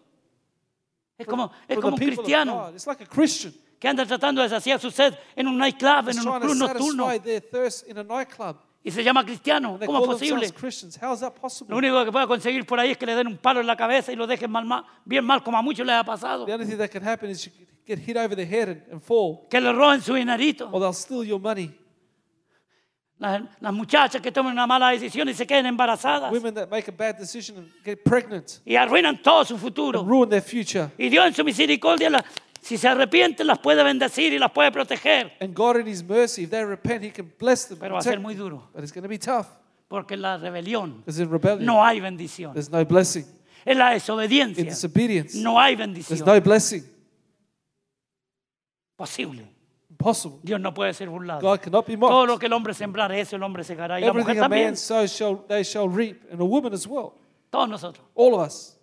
Es como, es
For
como
the
un
people of
cristiano
God. It's like a Christian
que anda tratando de saciar su sed en un nightclub, en
It's
un
trying
club
to
nocturno.
satisfy their thirst in a nightclub.
Y se llama cristiano.
And they
¿Cómo es
call
posible?
themselves Christians. How is that
Lo
possible?
único que pueda conseguir por ahí es que le den un palo en la cabeza y lo dejen mal, mal- bien mal, como a muchos les ha pasado.
The only thing that can happen is you get hit over the head and, and fall,
Que le roben su dinerito.
or they'll steal your money.
Las, las muchachas que tomen una mala decisión y se queden embarazadas.
Women that make a bad decision and get pregnant
Y arruinan todo su
and
futuro.
ruin their future.
Y Dios en su misericordia, las- si se arrepienten, las puede bendecir y las puede proteger.
And God, in His mercy, if they repent, He can bless them.
Pero va a
protect
ser muy
them.
duro.
But it's going to be tough
Porque en la rebelión
because in rebellion,
no hay bendición.
there's no blessing.
En la
In
desobediencia
disobedience,
no hay
there's
bendición.
no blessing.
Posible.
Impossible.
Dios no puede ser burlado.
God cannot be
Todo
mocked.
lo que el hombre sembrar, eso el hombre segará. Y la mujer
Everything a
también.
man sows, shall, they shall reap, and a woman as well.
Todos nosotros.
All of us.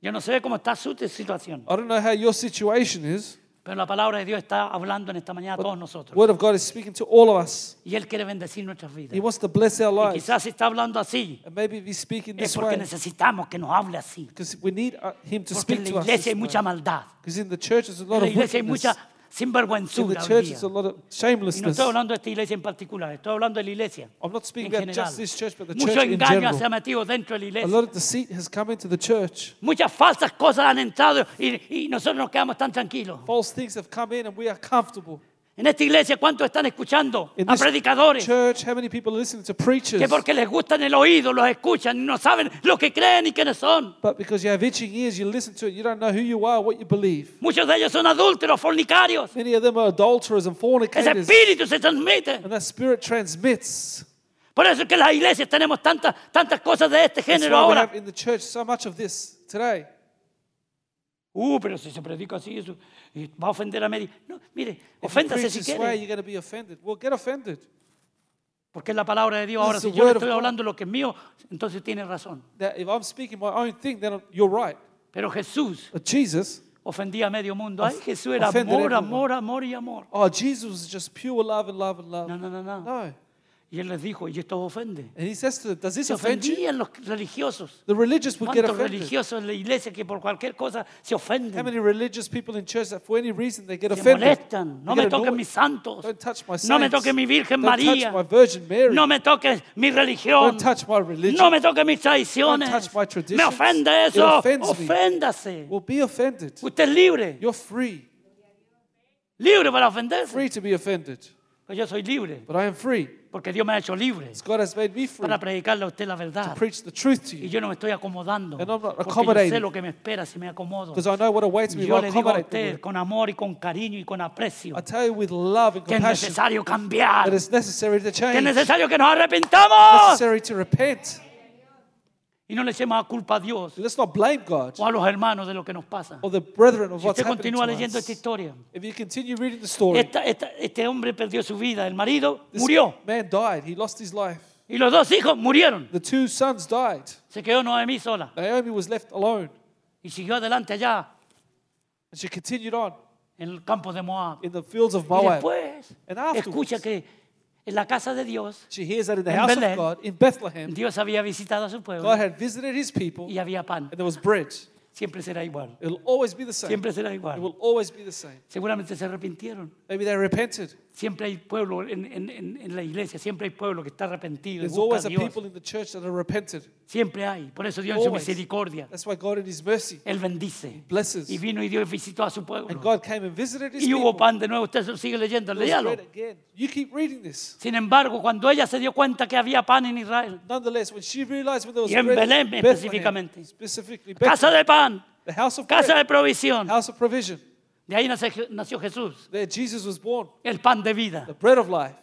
Yo no sé cómo está su te- situación,
I don't know how your situation is.
pero la palabra de Dios está hablando en esta mañana a todos
The
nosotros.
Word of God is speaking to all of us.
Y Él quiere bendecir nuestras vidas.
He wants to bless our
Y
lives.
quizás si está hablando así,
And maybe if He's speaking
es
this
porque
way,
necesitamos que nos hable así.
because we need uh, Him to
Porque en
speak
la
to us.
iglesia hay
this
mucha
way.
maldad.
Because in the church, there's a
En
lot
la
of
iglesia hay
wickedness.
mucha
In the
sinvergüenzura. hoy
church,
día.
there's a lot of
Y no
shamelessness.
estoy hablando de esta iglesia en particular, estoy hablando de la iglesia.
I'm not
En
speaking about
general.
just this church, but the
Mucho
church in
engaño se ha
general.
metido dentro de la
A
iglesia.
lot of deceit has come into the church.
Muchas falsas cosas han entrado y, y nosotros nos quedamos tan tranquilos.
False things have come in, and we are comfortable.
En esta iglesia, ¿cuántos están escuchando
In
a
this
Ah, predicadores?
church, how many people are listening to preachers?
que porque les gustan el oído, los escuchan y no saben lo que creen y quiénes son.
But because you have itching ears, you listen to it. You don't know who you are, what you believe.
Muchos de ellos son adúlteros, fornicarios.
Many of them are adulterers and
Ese
fornicators.
espíritu se transmite.
And that spirit transmits.
Por eso es que en las iglesias tenemos tantas, tantas cosas de este
That's
género
why we
ahora.
have in the church so much of this today.
Uh, pero si se predica así, eso eh, va a ofender a medio. No, mire, oféndase
Preach
si
this way,
quiere.
you're going to be offended. Well, get offended.
Porque es la palabra de Dios.
This
Ahora,
is
si
the
yo le
word of
estoy
God.
hablando lo que es mío, entonces tiene razón.
Now, if I'm speaking my own thing, then you're right.
Pero Jesús
But Jesus,
ofendía a medio mundo. Ay, Jesús era
Offended
amor,
everyone.
amor, amor y amor.
oh, Jesus is just pure love and love and love.
No, no, no, no.
No.
Y él les dijo, y esto os ofende.
And he says to them, Does this
Se
offend you?
ofendían los religiosos.
The religious would get
¿Cuántos
offended.
religiosos en la iglesia que por cualquier cosa se
How
ofenden,
many religious people in church that for any reason they get
se
offended?
molestan?
They
No
get
me toquen
annoyed.
mis santos,
Don't touch my
no me
saints.
toquen mi Virgen
Don't
María,
touch my Virgin Mary.
no me toques mi religión,
Don't touch my religion.
no me toques mis
Don't
tradiciones,
touch my
me
traditions.
ofende
It
eso,
offends me.
oféndase.
Well, be offended.
Usted es libre,
You're free.
libre para ofenderse.
Free to be offended.
Pues yo soy libre,
But I am free.
porque Dios me ha hecho libre
God has made me free
para predicarle a usted la
to
verdad.
preach the truth to
Y
you
yo no me estoy acomodando,
And I'm
porque
not
yo sé
accommodating.
lo que me espera si me acomodo.
because I know what awaits me. if
Yo
I
le digo a
accommodate the
usted
word.
con amor y con cariño y con aprecio.
I tell you with love and
que es
compassion
necesario cambiar,
that it's necessary to
que es
change,
necesario que nos arrepintamos
necessary to repent.
y no le echemos la culpa a Dios
Let's not blame God
o a los hermanos de lo que nos pasa.
or the brethren of
Si
what's
usted
happening
continúa
to
leyendo esta
us.
historia,
If you continue reading the story,
esta- esta- este hombre perdió su vida, el marido
this
murió
man died. He lost his life.
y los dos hijos murieron.
The two sons died.
Se quedó Noemí sola
Naomi was left alone,
y siguió adelante allá
and she continued on
en el campo de Moab.
in the fields of
Y
Moab.
después
And afterwards-
escucha que en la casa de Dios
She hears that in the
En
house of
Belén.
God in Bethlehem,
Dios había visitado a su pueblo
God had visited His people,
y había pan.
and there was bread.
Siempre será igual,
It'll always be the same.
siempre será
It
igual.
will always be the same.
Seguramente se arrepintieron.
Maybe they repented.
Siempre hay pueblo en, en- en- en la iglesia, siempre hay pueblo que está arrepentido. y
There's
busca a
always a
Dios.
people in the church that are repented.
Siempre hay. Por eso Dios en su
Always.
misericordia.
That's why God in His mercy
Él bendice.
blesses.
Y vino y Dios visitó a su
And
pueblo.
God came and visited His
Y hubo
people.
pan de nuevo. Usted sigue leyendo,
It was
léalo.
read again. You keep reading this.
Sin embargo, cuando ella se dio cuenta que había pan en Israel,
Nonetheless, when she realized when there was
Y en
bread in
Belén
Bethlehem,
específicamente.
specifically
casa
Bethlehem,
de pan,
the house of
casa
bread,
de provisión.
house of provision,
De ahí nace- nació Jesús,
there Jesus was born,
el pan de vida.
the bread of life.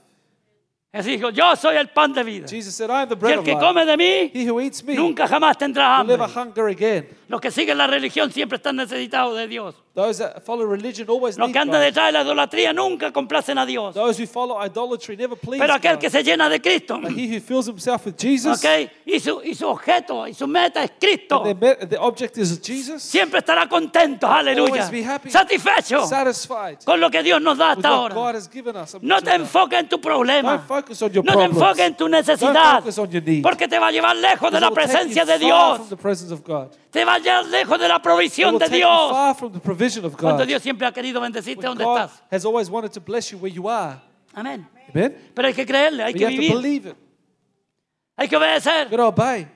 Jesús dijo, yo soy el pan de vida.
Jesus said, "I am the
Y
bread
el
of
que
life.
come de mí,
He who eats me will
nunca jamás tendrá hambre.
never hunger again."
Los que siguen la religión siempre están necesitados de Dios.
Those that follow religion always
Los
need
que andan
God.
detrás de la idolatría nunca complacen a Dios.
Those who follow idolatry never please
Pero aquel
God.
que se llena de Cristo,
But he who fills himself with Jesus,
¿ok? Y su, y su objeto, y su meta es Cristo.
and their, met, their object is Jesus,
Siempre estará contento, aleluya.
Always be happy.
Satisfecho
satisfied
con lo que Dios nos da
with
hasta
what God
ahora.
has given us. up
No
until
te
now.
enfoques en tu
Don't
problema.
focus on your
No te
problems.
enfoques en tu
Don't
necesidad.
focus on your need.
Porque te va a llevar lejos de
Because it
la
will take you
presencia de
far
Dios.
From the presence of God.
Te va a llevar lejos de la
It
provisión
will
de
take you
Dios.
far from the provision of God.
Cuando Dios siempre ha querido bendecirte
When
donde
God
estás.
has always wanted to bless you where you are.
Amén.
Amen.
Pero hay que creerle, hay
But
que
you have to
vivir,
believe it.
hay que
You
obedecer,
got to obey.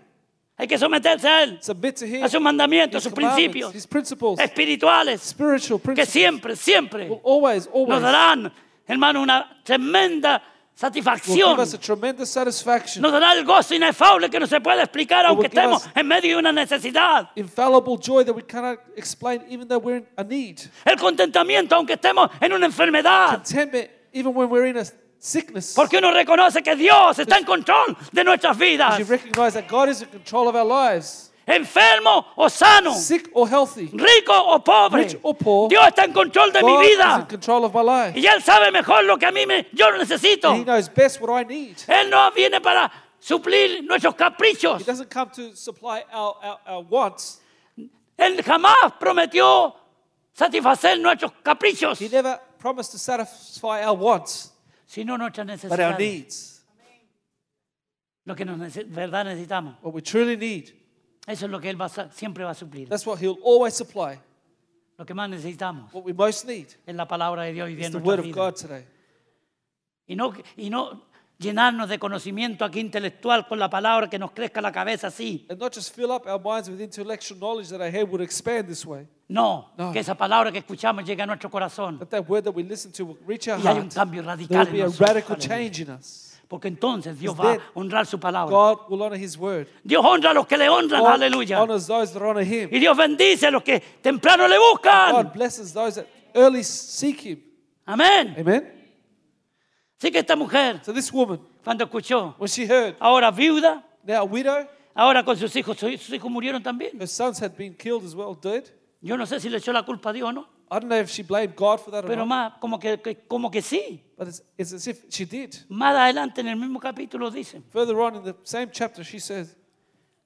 hay que someterse a Él,
Submit to Him.
a sus mandamientos, a
His
sus
commandments,
principios
His principles.
espirituales
Spiritual
que
principles.
siempre, siempre
Will always,
nos
always.
darán, hermano, una tremenda
will give
satisfacción.
us a tremendous satisfaction.
Nos dará el gozo inefable que no se puede explicar aunque
give
estemos
us-
en medio de una necesidad.
Infallible joy that we cannot explain even though we're in a need.
El contentamiento aunque estemos en una enfermedad.
Contentment even when we're in a sickness.
Porque uno reconoce que Dios está en control de nuestras vidas.
You recognize that God is in control of our lives.
Enfermo o sano.
Sick or healthy.
rico o pobre.
Rich or poor,
Dios está en control de mi
God is in
vida.
control of my life.
Y Él sabe mejor lo que a mí me, yo necesito.
He knows best what I need.
Él no viene para suplir nuestros caprichos.
He doesn't come to supply our, our, our wants.
Él jamás prometió satisfacer nuestros caprichos,
He never promised to satisfy our wants,
sino nuestras
but our
necesidades.
needs.
Lo que nos nece- verdad necesitamos.
What we truly need.
Eso es lo que Él va a sa- siempre va a suplir.
That's what He'll always supply.
Lo que más necesitamos
What we most need
es la palabra de Dios y
is
en
the
nuestra
Word of
vida.
God today.
Y no, y no llenarnos de conocimiento aquí intelectual con la palabra que nos crezca la cabeza así.
And not just fill up our minds with intellectual knowledge that our head would expand this way,
No,
No.
que esa palabra que escuchamos llegue a nuestro corazón
but that Word that we listen to will reach our
y hay un
heart.
cambio
There
radical
will
en
be a
nosotros,
radical
aleluya.
change in us.
Porque entonces Dios va
Because then
a honrar su palabra.
God will honor His Word.
Dios honra a los que le honran,
God
aleluya.
honors those that honor Him.
Y Dios bendice a los que temprano le buscan.
God blesses those that early seek Him.
Amén.
Amen.
Así que esta mujer,
So this woman,
cuando escuchó,
when she heard,
ahora viuda,
now a widow,
ahora con sus hijos, sus sus hijos murieron también.
her sons had been killed as well, dead.
Yo no sé si le echó la culpa a Dios o no,
I don't know if she blamed God for that or
pero
not,
más, como que, que- como que sí.
but it's, it's as if she did.
Más adelante en el mismo capítulo dice
Further on in the same chapter, she says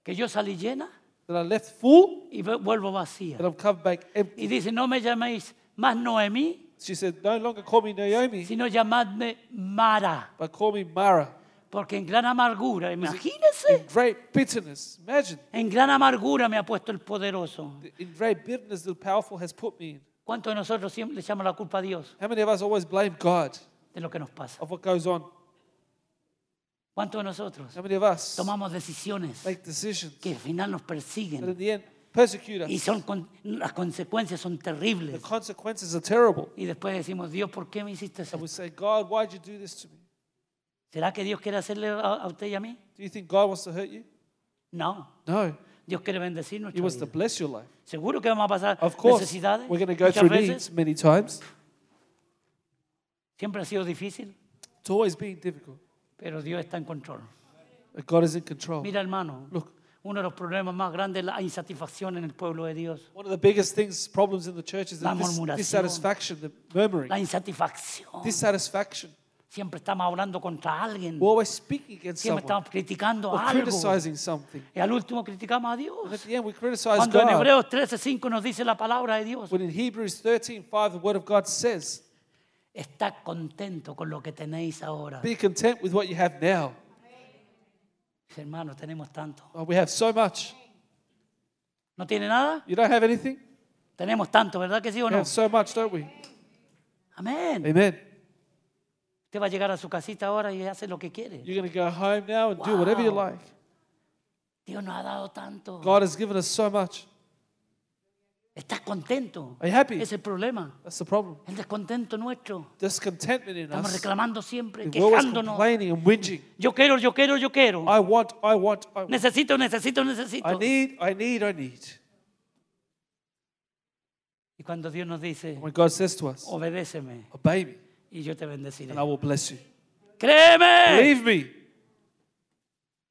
que yo salí llena
that I left full
y vu- vuelvo vacía.
and I've come back empty.
Y dice, no me llaméis más Noemí,
She said, no longer call me Naomi,
sino llamadme Mara,
but call me Mara.
porque en gran amargura,
In
imagínense,
great bitterness, imagine,
en gran amargura me ha puesto el poderoso.
in great bitterness the powerful has put me in.
¿Cuántos de nosotros siempre le echamos la culpa a Dios
How many of us always blame God
de lo que nos pasa?
of what goes on?
¿Cuántos de nosotros
How many of us
tomamos decisiones
make decisions
que al final nos
that in
persiguen
the end persecute us?
y son con- las consecuencias son
The
terribles?
consequences are terrible.
Y después decimos, Dios, ¿por qué me hiciste eso?
And we say, God, why'd you do this to me?
¿Será que Dios quiere hacerle a, a usted y a mí?
Do you think God wants to hurt you?
No,
No.
Dios quiere bendecir
He
nuestra
wants to
vida.
bless your life.
Seguro que vamos a pasar
Of course,
necesidades.
we're going to go
muchas
through
veces.
needs many times.
Siempre ha sido difícil,
It's always been difficult.
pero Dios está en control.
But God is in control.
Mira, hermano,
Oh. Look.
uno de los problemas más grandes es la insatisfacción en el pueblo de Dios.
One of the biggest things, problems in the church is
La
the dis-
murmuración.
dissatisfaction, the murmuring,
La insatisfacción.
dissatisfaction.
Siempre estamos hablando contra alguien.
We're always speaking against
Siempre
someone
estamos criticando
or
algo.
criticizing something.
Y al último criticamos a
And at
Dios.
the end, we criticize
Cuando en
God.
Hebreos 13:5 nos dice la palabra de Dios,
When in Hebrews 13:5, the Word of God says,
está contento con lo que tenéis ahora.
Be content with what you have now.
Dice, Hermano, tenemos tanto.
Oh, we have so much.
¿No tiene nada?
You don't have anything?
Tenemos tanto, ¿verdad que sí o
We
no?
have so much, don't we?
Amén.
Amen.
Usted va a llegar a su casita ahora y hace lo que quiere.
You're going to go home now and do whatever you
Wow.
like.
Dios nos ha dado tanto.
God has given us so much.
¿Estás contento?
Are you happy?
Es el problema.
That's the problem.
El descontento nuestro.
Discontentment in
Estamos
us.
reclamando siempre,
We're always
quejándonos.
complaining and whinging.
Yo quiero, yo quiero, yo quiero.
I want, I want, I want.
Necesito, necesito, necesito.
I need, I need, I need.
Y cuando Dios nos dice,
When God says to us,
obedéceme
obey me
y yo te bendeciré.
and I will bless you.
Créeme.
Believe me.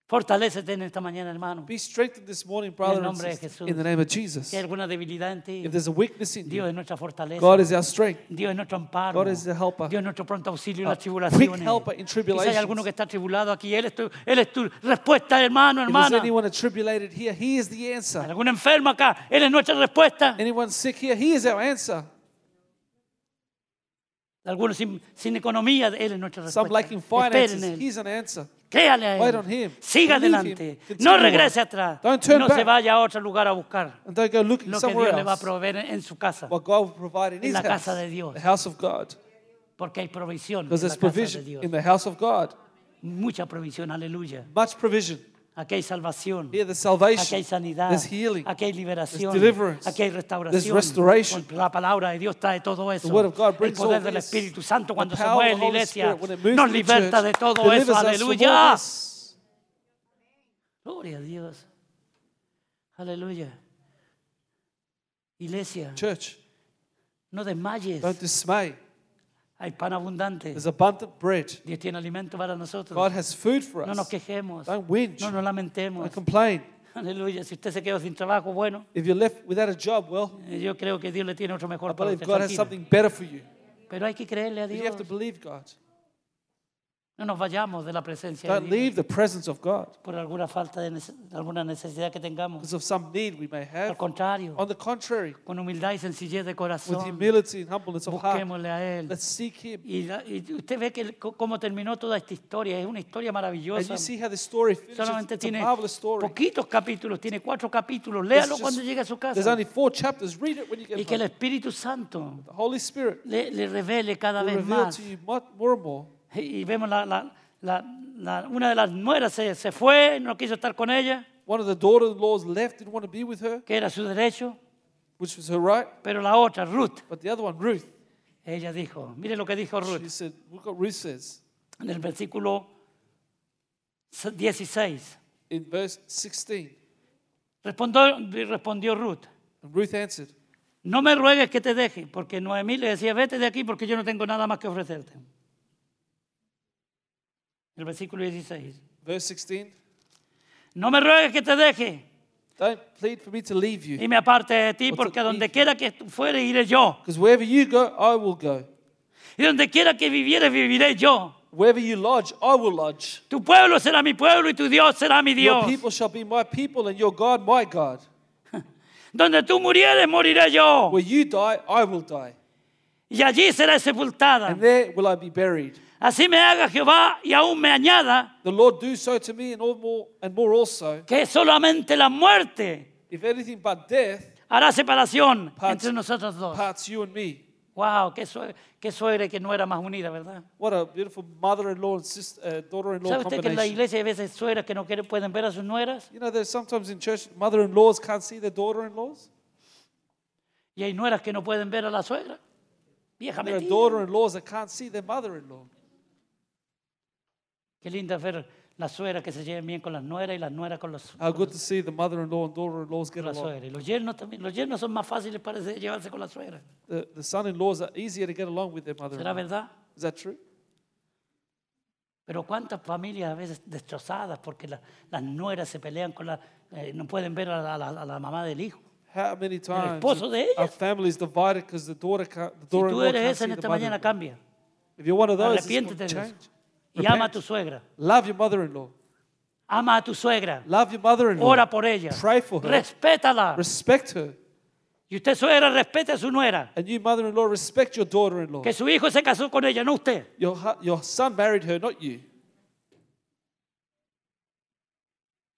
Fortalécete en esta mañana, hermano.
Be strengthened this morning, brother and
nombre de
sister,
Jesús.
in the name of Jesus.
Si hay alguna debilidad en ti,
If there's a weakness in
Dios
you,
es nuestra fortaleza.
God is our strength.
Dios es nuestro amparo.
God is the helper.
Dios es nuestro pronto auxilio en
A
las
quick
tribulaciones.
helper in
Quizá hay alguno
tribulations.
que está tribulado aquí. Él es tu, él es tu respuesta, hermano,
If there's
hermana.
anyone attribulated here, He is the answer.
Algún enfermo acá. Él es nuestra respuesta.
Anyone sick here, He is our answer.
Algunos sin, sin economía, Él es nuestra
Some
respuesta.
lacking
Esperen
finances,
en Él.
He's an answer.
Créale a
Wait on
Él.
Him.
Siga
Believe
adelante.
Him.
No
Continue
regrese
on.
atrás.
Don't turn
no se
back.
vaya a otro lugar a buscar
And don't go looking
lo que
somewhere
Dios le va a
else.
proveer en, en su casa.
What God will provide in
En
His
la
house,
casa de Dios.
the house of God.
Porque hay provisión en la
Because there's
casa de
provision
Dios.
in the house of God.
Mucha provisión, aleluya.
Much provision.
Aquí hay salvación.
Here, there's
Aquí hay
salvation.
sanidad.
There's healing.
Aquí hay liberación.
There's deliverance.
Aquí hay restauración.
There's restoration.
Con La palabra de Dios trae todo eso.
The word of God
el
brings
poder
all
del
this.
Espíritu Santo
The
cuando se
power
mueve
of the
la
Holy
iglesia
Spirit, when it moves
nos
in the
liberta
church,
de todo
delivers
eso.
us from all
Aleluya.
this.
Gloria a Dios. Aleluya. Iglesia,
Church,
no desmayes.
don't dismay.
Hay pan abundante.
There's abundant bread.
Dios tiene alimento para nosotros.
God has food for
no nos
us.
quejemos.
Don't whinge.
No nos lamentemos.
Don't complain.
Aleluya. Si usted se quedó sin trabajo, bueno,
If you're left without a job, well,
eh, yo creo que Dios le tiene otro
I
mejor para
believe
usted.
God has
tranquilo.
something better for you.
Pero hay que creerle a
But you
Dios.
have to believe God.
No nos vayamos de la presencia de
Don't
Dios
leave the presence of God
por alguna falta de nece- alguna necesidad que tengamos.
because of some need we may
Al
have.
contrario,
Pues, On Pues, the contrary,
con humildad y sencillez de
with
corazón,
humility and humbleness of heart,
busquémosle a Él.
let's seek Him.
Y, la- y usted ve que el- co- cómo terminó toda esta historia. Es una historia
And
maravillosa.
you see how the story finishes.
Solamente
It's a
tiene
marvelous story.
poquitos capítulos, tiene cuatro capítulos.
There's
Léalo
just-
cuando llegue a su
There's
casa.
only four chapters. Read it when you get
Y que el
home.
Espíritu Santo
The Holy Spirit
le, le revele cada
will
vez
reveal
más.
to you mo- more and more.
Y vemos la, la- la- la- una de las nueras se, se fue, no quiso estar con ella,
One of the daughter-in-laws left, didn't want to be with her,
que era su derecho.
which was her right.
Pero la otra, Ruth,
But the other one, Ruth,
ella dijo, mire lo que dijo
she
Ruth
said, look what Ruth says
en el versículo 16.
in verse 16.
Respondió, respondió Ruth,
And Ruth answered,
no me ruegues que te deje, porque Noemí le decía, vete de aquí porque yo no tengo nada más que ofrecerte. El versículo 16.
verse 16,
No me ruegues que te deje
don't plead for me to leave you,
y me aparte de ti,
to
porque a donde
leave.
quiera que tú fueres, iré yo.
because wherever you go, I will go.
Y donde quiera que vivieres, viviré yo.
Wherever you lodge, I will lodge.
Tu pueblo será mi pueblo y tu Dios será mi
Your
Dios.
people shall be my people, and your God my God.
Donde tú murieres, moriré yo.
Where you die, I will die,
y allí será sepultada.
and there will I be buried.
Así me haga Jehová y aún me añada
The Lord do so to me, and all more, and more also,
que solamente la muerte
if anything but death
hará separación
Parts-
entre nosotros dos.
parts you and me.
Wow, qué, sue- qué suegra que no era más unida, ¿verdad?
What a beautiful mother-in-law and sister, uh, daughter-in-law
¿Sabe usted que en la
combination.
iglesia hay veces suegras que no quieren, pueden ver a sus nueras?
You know, there's sometimes in church mother-in-laws can't see their daughter-in-laws.
Y hay nueras que no pueden ver a la suegra. Vieja
There are
mentira.
daughter-in-laws that can't see their mother-in-law.
Qué linda es ver las suegras que se lleven bien con las nueras y las nueras con los
How good to see the mother-in-law and daughter-in-laws get
con la
along.
suegra. Y los yernos también. Los yernos son más fáciles parece llevarse con la suegra.
The, the son-in-laws are easier to get along with their
¿Será
mother-in-law.
verdad?
Is that true?
Pero cuántas familias a veces destrozadas porque la- las nueras se pelean con la... eh, no pueden ver a la, a la- a la mamá del hijo.
How many times
esposo de
our
ellas.
families divided because the daughter can't, the
Si tú
daughter-in-law
eres
can't
esa
see
en
the
esta mañana,
mother-in-law.
cambia.
If you're one of those, it's
Arrepiéntete de
called
eso.
change.
Y ama a
Repent.
tu suegra.
Love your mother-in-law.
Ama a tu suegra.
Love your mother-in-law.
Ora por ella.
Pray for her.
Respétala.
Respect her.
Y usted suegra respete a su nuera.
And you, mother-in-law, respect your daughter-in-law.
Que su hijo se casó con ella, no usted.
Your, hu- your son married her, not you.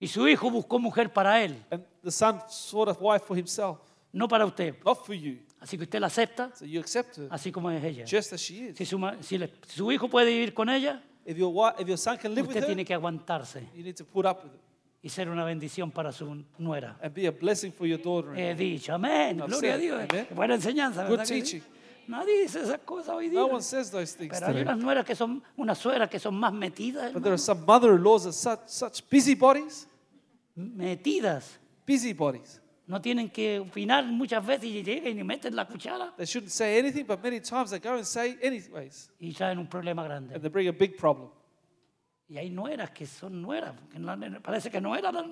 Y su hijo buscó mujer para él,
And the son sought a wife for himself,
no para usted.
not for you.
Así que usted la acepta,
So you accept her
así como es ella.
just as she is.
Si su, ma- si le- si su hijo puede vivir con ella,
If your, wife, if your son can live with
usted
her,
tiene que aguantarse
you need to put up with it
y ser una bendición para su nuera.
and be a blessing for your daughter.
He dicho, amén,
Amén.
gloria a Dios.
Amén.
Buena enseñanza,
Good
¿verdad? que sí?
teaching.
Nadie dice esas cosas hoy día.
No one says those things
Pero hay
today.
unas nueras que son, unas suegras que son más metidas,
But there
hermano,
are some mother-in-laws that are such, such busybodies,
metidas.
busybodies.
No tienen que opinar muchas veces y llegan y meten la cuchara
They shouldn't say anything, but many times they go and say anyways,
y traen un problema grande.
and they bring a big problem.
Y hay nueras que son nueras, porque la nena- parece que no era la,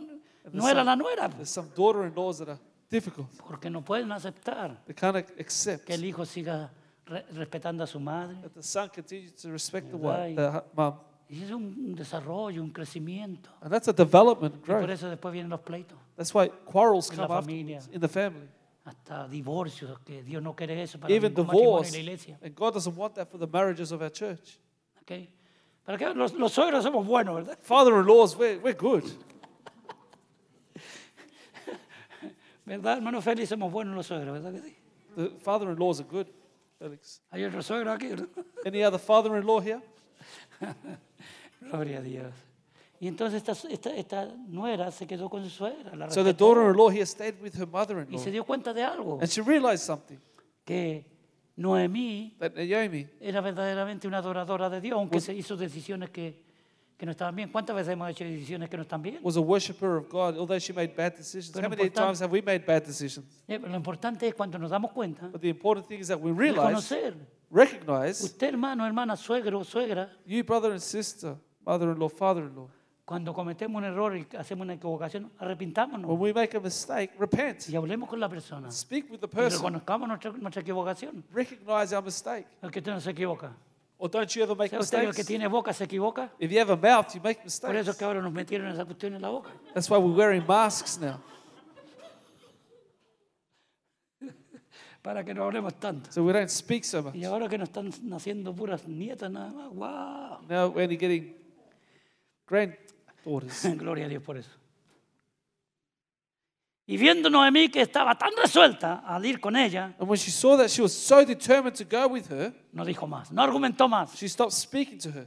no era la nuera,
There's some daughter-in-laws that are difficult.
porque no pueden aceptar
They can't ac- accept
que el hijo siga re- respetando a su madre.
that the son continues to respect the
Right.
wife, the hu- mum.
Y es un desarrollo, un crecimiento.
And that's a development and
Y por
growth.
eso después vienen los pleitos,
That's why quarrels
En la
come afterwards
familia.
in the family.
hasta divorcios, que Dios no quiere eso para
Even
ningún matrimonio en
divorce.
la iglesia.
And God doesn't want that for the marriages of our church.
¿ok? ¿Para qué? Los, los suegros somos buenos, ¿verdad?
Father-in-laws, we're, we're good.
¿Verdad, hermano Félix? Somos buenos los suegros, ¿verdad que sí?
The father-in-laws are good, Felix.
Hay otro suegro aquí, ¿verdad? <laughs>
Any other father-in-law here?
Gloria a Dios. Y entonces esta, esta, esta nuera se quedó con su suegra. la
So the
respetó,
daughter-in-law here stayed with her
y
mother-in-law.
se dio cuenta de algo,
And she realized something,
que Noemí
that Naomi
era verdaderamente una adoradora de Dios, aunque se hizo decisiones que, que no estaban bien. ¿Cuántas veces hemos hecho decisiones que no están bien?
was a worshiper of God, although she made bad decisions.
Pero
How many
important-
times have we made bad decisions?
Eh, pero Lo importante es cuando nos damos cuenta,
But the important thing is that we realize,
reconocer.
recognize,
Usted, hermano, hermana, suegro, suegra,
you brother and sister, mother-in-law, father-in-law,
cuando cometemos un error y hacemos una equivocación, arrepintámonos
when we make a mistake, repent.
y hablemos con la persona.
Speak with the
Y
person.
reconozcamos nuestra, nuestra equivocación.
Recognize our mistake.
El que usted no se equivoca.
Or don't you ever make
¿Sabe usted que el que
mistakes?
tiene boca se equivoca?
If you have a mouth, you make
Por eso es
mistakes.
que ahora nos metieron esa cuestión en la boca.
That's why we're wearing masks now,
Para que no hablemos tanto.
so we don't speak so much.
Y ahora que nos están naciendo puras nietas nada más. ¡Wow!
Now we're only getting granddaughters.
<laughs> Gloria a Dios por eso. Y viendo Noemí que estaba tan resuelta al ir con ella,
And when she saw that she was so determined to go with her,
no dijo más, no argumentó más.
she stopped speaking to her.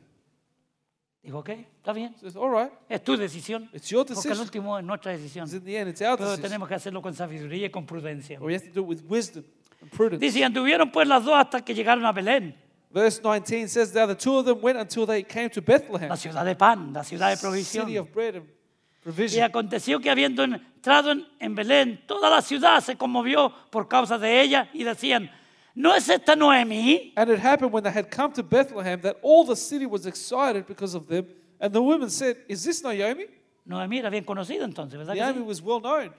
Dijo, ok, está bien,
She says, All right,
es tu decisión.
it's your
Porque al
decision.
último es nuestra decisión.
Because in the end, it's our
Pero
decision.
tenemos que hacerlo con sabiduría y con prudencia.
But we have to do it with wisdom and prudence.
Dice, y anduvieron pues las dos hasta que llegaron a Belén,
Verse 19 says, Now the two of them went until they came to Bethlehem,
la ciudad de pan, la ciudad de provisión.
city of bread and
Y
provision.
aconteció que habiendo entrado en, en Belén, toda la ciudad se conmovió por causa de ella y decían, ¿no es esta Noemí?
And it happened when they had come to Bethlehem that all the city was excited because of them. And the women said, Is this Naomi?
Noemí era bien conocida entonces, ¿verdad? que
Naomi
sí?
was well known.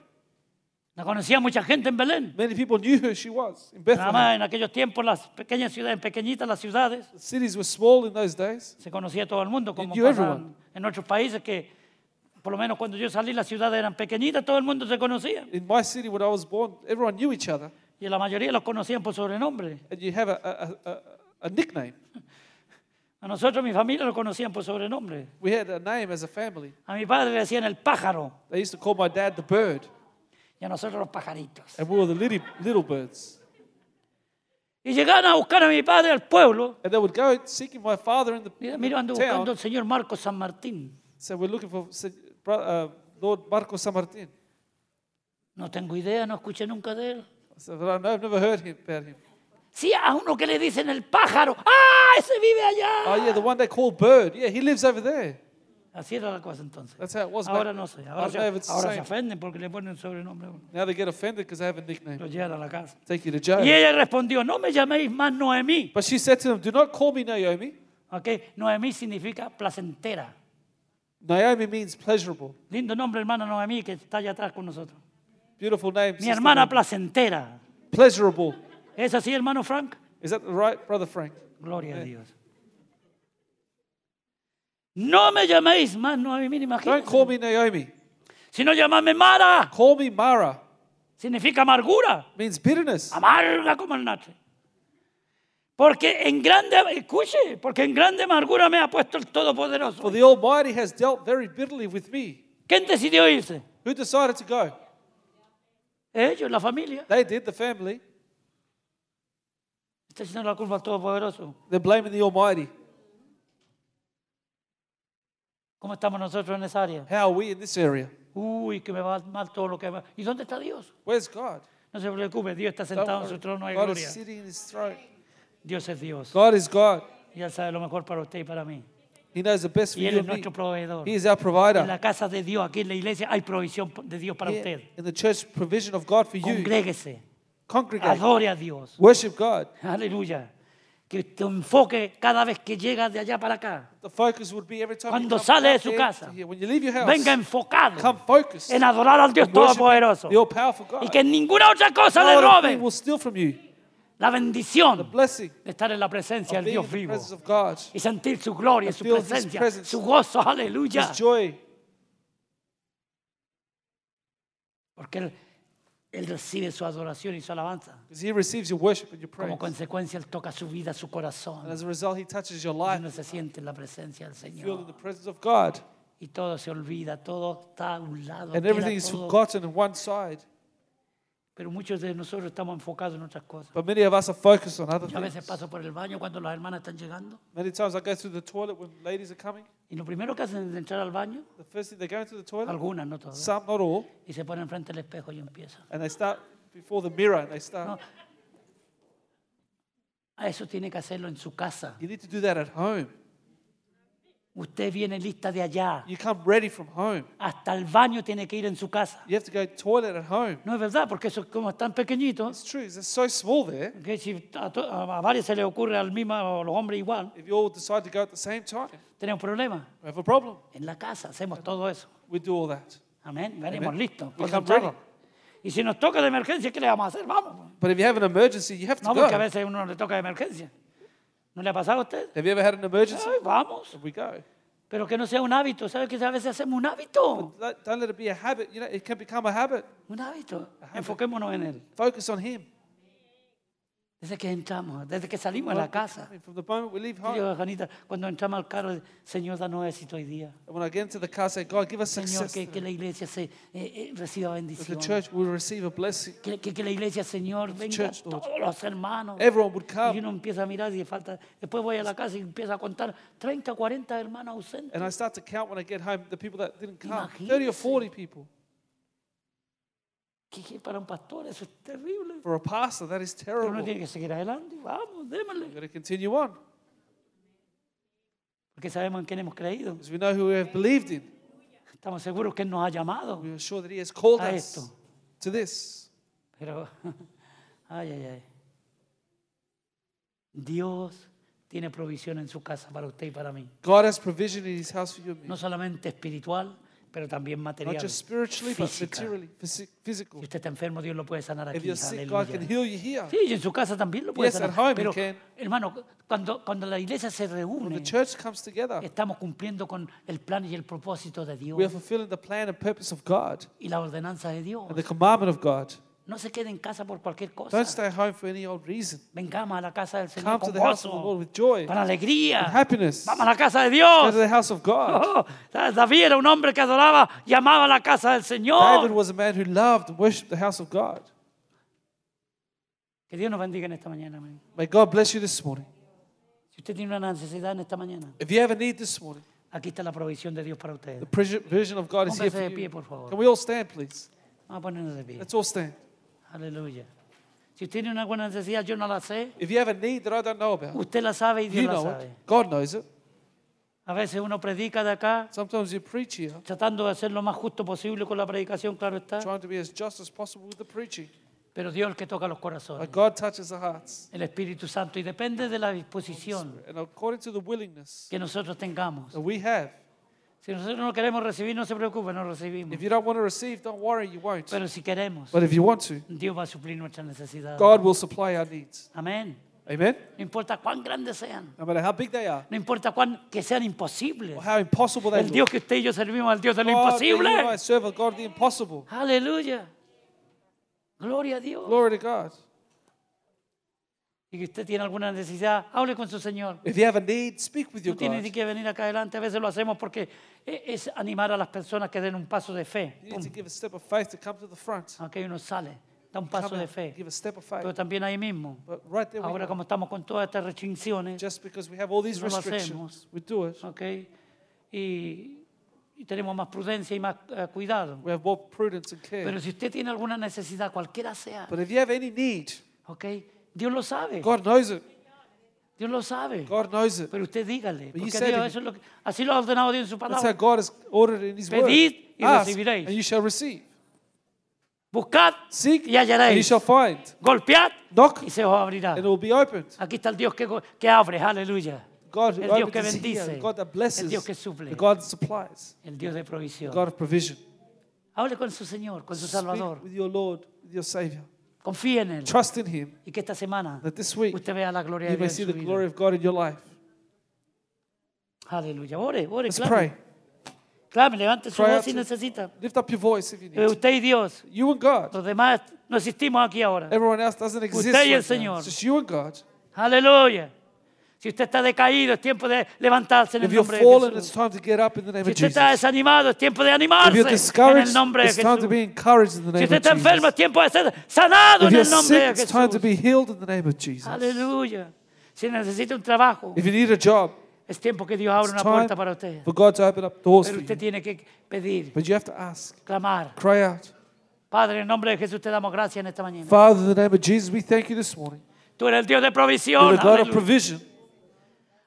La conocía mucha gente en Belén.
Many people knew who she was in
Nada
Bethlehem.
más en aquellos tiempos las pequeñas ciudades, pequeñitas las ciudades,
The cities were small in those days.
se conocía todo el mundo, como
knew
pasa
everyone.
en otros países que, por lo menos cuando yo salí, las ciudades eran pequeñitas, todo el mundo se conocía.
In my city, when I was born, everyone knew each other,
Y la mayoría los conocían por sobrenombre.
and you have a, a, a, a nickname.
A nosotros, mi familia, lo conocían por sobrenombre.
We had a name as a family.
A mi padre le decían el pájaro.
They used to call my dad the bird,
y a nosotros los pajaritos.
and we were the little, little birds.
Y llegaron a buscar a mi padre al pueblo.
And they would go seeking my father in the
Mira, mira, ando buscando
town.
al señor Marcos San Martín.
So we're looking for Se- Bro- uh, Lord Marco San Martin.
No tengo idea, no escuché nunca de él.
I said, "Well, I know, I've never heard him, about him.
Sí, a uno que le dicen el pájaro. ¡Ah, ese vive allá!
Oh, yeah, the one they call Bird. Yeah, he lives over there.
Así era la cosa entonces.
That's how it was. back-
Ahora no sé.
I
Ahora,
don't
se,
know if it's the
ahora se
same.
ofenden porque le ponen sobrenombre. a uno.
Now they get offended because they have a
Lo
nickname.
llevan a la casa.
Take you to jail.
Y ella respondió, no me llaméis más Noemí.
But she said to them, Do not call me Naomi.
¿Ok? Noemí significa placentera.
Naomi means pleasurable.
Lindo nombre, hermana Noemí, que está allá atrás con nosotros.
Beautiful name.
Mi
sister
hermana
Naomi.
placentera.
pleasurable.
¿Es así, hermano Frank?
Is that right, Brother Frank?
Gloria a Dios. No me llaméis más Noemí,
Don't call
imagínate.
me Naomi.
Sino llamadme Mara.
Call me Mara.
Significa amargura.
Means bitterness.
Amarga como el natre. Porque en grande, escuche, porque en grande amargura me ha puesto el
For
Todopoderoso.
the Almighty has dealt very bitterly with me.
¿Quién decidió irse?
Who decided to go?
Ellos, la familia.
They did, the family.
Está echando Este la culpa al Todopoderoso.
They're blaming the Almighty.
¿Cómo estamos nosotros en esa área?
How are we in this area?
Uy, que me va mal todo lo que va. ¿Y dónde está Dios?
Where's God?
No se preocupe, Dios está
Don't
sentado en su
worry.
trono de
God
gloria.
is sitting in his throne.
Dios es Dios.
God is God.
Y Él sabe lo mejor para usted y para mí.
He knows the best for
Y
you
Él es
and me.
nuestro proveedor.
He is our provider.
En la casa de Dios, aquí en la iglesia, hay provisión de Dios para
Here
usted.
in the church provision of God for you.
Congréguese,
Congregate.
adore a Dios.
Worship God.
Aleluya. Que tu enfoque cada vez que llega de allá para acá.
The focus would be every time
Cuando
you come
sale de
out
su
there
casa,
to here. When you leave your house,
Venga
come
enfocado
focused.
en adorar al Dios
and worship
Todopoderoso.
The all-powerful God.
Y que ninguna otra cosa
No
le
other thing
robe
will steal from you
la bendición
blessing
de estar en la presencia
of
del
being
Dios
in the
vivo.
presence of God.
Y sentir su gloria,
And
su
feel His
presencia,
presence.
su gozo. Aleluya.
His joy.
Porque él, él recibe su adoración y su alabanza.
Because he receives your worship and your praise.
Como consecuencia, Él toca su vida, su
And
corazón.
as a result, he touches your
Y
life.
uno se siente en la presencia del
Filled in the
Señor.
presence of God.
Y todo se olvida, todo está a un lado.
And
queda
everything is
todo.
forgotten on one side.
Pero muchos de nosotros estamos enfocados en otras cosas.
But many of us are focused on other
Yo a veces
things.
paso por el baño cuando las hermanas están llegando.
Many times I go through the toilet when ladies are coming.
Y lo primero que hacen es entrar al baño,
The first thing they go into the toilet,
algunas, no todas,
some, not all,
y se ponen frente al espejo y empiezan.
and they start before the mirror and they start.
No. A Ah, eso tiene que hacerlo en su casa.
You need to do that at home.
Usted viene lista de allá.
You come ready from home.
Hasta el baño tiene que ir en su casa.
You have to go toilet at home.
No es verdad, porque eso como están pequeñitos,
It's true, 'cause they're so small there.
que si a, to- a varios se les ocurre al mismo, a los hombres igual,
If you all decide to go at the same time,
tenemos problemas.
we have a problem.
En la casa hacemos todo eso.
We do all that.
Amén. Venimos
Amén.
listos.
We come
concentrados.
ready.
Y si nos toca de emergencia, ¿qué le vamos a hacer? Vamos. pues.
But if you have an emergency, you have to
No, porque a
go.
veces a uno le toca de emergencia. ¿No le ha pasado a usted?
Have you ever had an emergency?
Ay, vamos.
We go.
Pero que no sea un hábito. ¿Sabe que a veces hacemos un hábito?
Don't don't let it be a habit. You know, it can become a habit.
Un hábito. Enfoquémonos en él.
Focus on Him.
Desde que entramos, desde que salimos de la casa.
From the moment we leave
Yo
home,
digo, Janita, cuando entramos al carro, Señor, danos éxito hoy día.
and when I get into the car, say, God, give us
Señor,
success.
que, que
today.
la iglesia se, eh, eh, reciba
That the
bendición.
church will receive a blessing.
Que, que- que la iglesia, Señor, venga
church, Lord.
todos los hermanos.
Everyone would
Y
come.
uno empieza a mirar y falta. Después voy a la casa y empiezo a contar 30, 40 hermanos ausentes.
And I start to count when I get home the people that didn't come.
Imagínese.
30 or 40 people.
Que, que para un pastor eso es terrible.
For a pastor, that is
Pero uno
terrible.
tiene que seguir adelante. Vamos,
We're
démosle.
going to continue on
Porque sabemos en quién hemos creído.
because we know who we have believed in.
Estamos seguros que Él nos ha llamado.
We are sure that He has called
A
us
esto.
to this.
Pero, <laughs> ay, ay, ay. Dios tiene provisión en su casa para usted y para mí.
God has provision in His house for you and me.
No solamente espiritual, pero también
Not
material.
just spiritually, but
física.
materially, physi- physical.
Si usted está enfermo, Dios lo puede sanar aquí.
If you're sick, God can
Aleluya.
heal you here.
Sí, y en su casa también lo puede
Yes,
sanar.
at home
Pero,
you can.
hermano, cuando, cuando la iglesia se reúne,
The church comes together.
estamos cumpliendo con el plan y el propósito de Dios
We are fulfilling the plan and purpose of God
y la ordenanza de Dios.
and the commandment of God.
No se quede en casa por cualquier cosa.
Don't stay home for any old reason.
Vengamos a la casa del Señor
Come to
con
the house of the Lord
gozo,
with joy,
con alegría.
happiness.
Vamos a la casa de
Go to
Dios.
the house of God.
<laughs> Oh, ¿sabes? David era un hombre que adoraba y amaba la casa del
David
Señor.
was a man who loved and worshipped the house of God.
Que Dios nos bendiga en esta mañana. amén.
May God bless you this morning.
Si usted tiene una necesidad en esta mañana,
If you have a need this morning,
aquí está la provisión de Dios para usted.
the provision of God is
Póngase
here for
de pie,
you.
por favor.
Can we all stand, please?
Vamos a ponernos de pie.
Let's all stand.
Aleluya. Si usted tiene una buena necesidad, yo no la sé.
If you have a need that I don't know about,
Usted la sabe y Dios
you
la
know it.
sabe.
God knows it.
A veces uno predica de acá,
Sometimes you preach here,
tratando de hacer lo más justo posible con la predicación, claro está.
trying to be as just as possible with the preaching.
Pero Dios es el que toca los
But
corazones,
God touches the hearts.
el Espíritu Santo, y depende de la disposición
And according to the willingness
que nosotros tengamos.
that we have,
Si nosotros no queremos recibir, no se preocupe, no recibimos.
if you don't want to receive, don't worry, you won't.
Pero si queremos,
But if you want to,
Dios va a suplir nuestras necesidades.
God will supply our needs.
Amén.
Amen?
No importa cuán grandes sean,
No matter how big they are,
no importa cuán que sean imposibles.
or how impossible they
El
look.
Dios que usted y yo servimos, al Dios de lo
God, that you
imposible.
and I serve a God of the impossible.
Aleluya. Gloria a Dios.
Glory to God.
Y que usted tiene alguna necesidad, hable con su Señor.
If you have a need, speak with your
No tiene
God.
ni que venir acá adelante. A veces lo hacemos porque e- es animar a las personas que den un paso de fe.
You need to give a step of faith to come to the front.
Aunque uno sale. Da un
Come
paso de
out,
fe.
give a step of
Pero
faith.
también ahí mismo.
But right there, we
Ahora
go.
como estamos con todas estas restricciones,
just because we have all these
No lo
restrictions,
hacemos.
we do it.
¿ok? Y, y tenemos más prudencia y más eh, cuidado.
We have more prudence and
Pero
care.
si usted tiene alguna necesidad, cualquiera sea,
But if you have any need,
¿ok? Dios lo sabe.
God knows it.
Dios lo sabe.
God knows it.
Pero usted dígale,
you
porque
said
Dios
it.
eso es lo que- así lo ha ordenado Dios en su
That's how
palabra.
God has ordered in His word.
Pedid y
Ask,
recibiréis.
and you shall receive.
Buscad
Seek,
y
and you
hallaréis.
shall find.
Golpead
Knock,
y se os abrirá.
and it will be opened.
Aquí está el Dios que, go- que abre, aleluya.
God who
Ah, El Dios que
opens is here,
bendice.
God that
El
blesses,
Dios que suple.
the God that supplies,
El Dios de provisión.
the God of provision.
Hable con su Señor, con su Salvador.
Speak with your Lord, with your Savior.
Confíe en Él.
Trust in Him
Y que esta semana
that this week
usted vea la gloria de
you may
Dios.
see
en
the
su
glory
vida.
of God in your life.
Aleluya. Ore, ore,
Let's
clame.
pray.
Clame, levante su
Cry out
voz si
to-
necesita.
Lift up your voice if you
Eh,
need. to.
Usted y Dios.
You and God.
Los demás no existimos aquí ahora.
Everyone else doesn't exist.
Usted y el
right now.
Señor.
It's just you and God.
Aleluya. Si usted está decaído, es tiempo de levantarse en
If
el
you're
nombre de
fallen, it's
Jesús.
time to get up in the name
Si
of
usted está
Jesus.
desanimado, es tiempo de
If
animarse
you're
en el
discouraged,
nombre de
it's time to
Jesús.
be encouraged in the
Si
name
usted
of
está enfermo,
Jesus.
es tiempo de ser sanado
If
en
you're
el nombre de
sick, it's time to
Jesús.
be healed in the name of Jesus.
Aleluya. Si necesita un trabajo,
If you need a job,
es tiempo que Dios abra
it's
una puerta para
time
usted.
for God to open up doors for
Pero usted
you.
tiene que pedir,
But you have to ask,
clamar.
cry out.
Padre, en nombre de Jesús te damos gracias en esta mañana.
Father, in the name of Jesus, we thank you this morning.
Tú eres el Dios de
You're
provisión.
the God of
aleluya.
provision.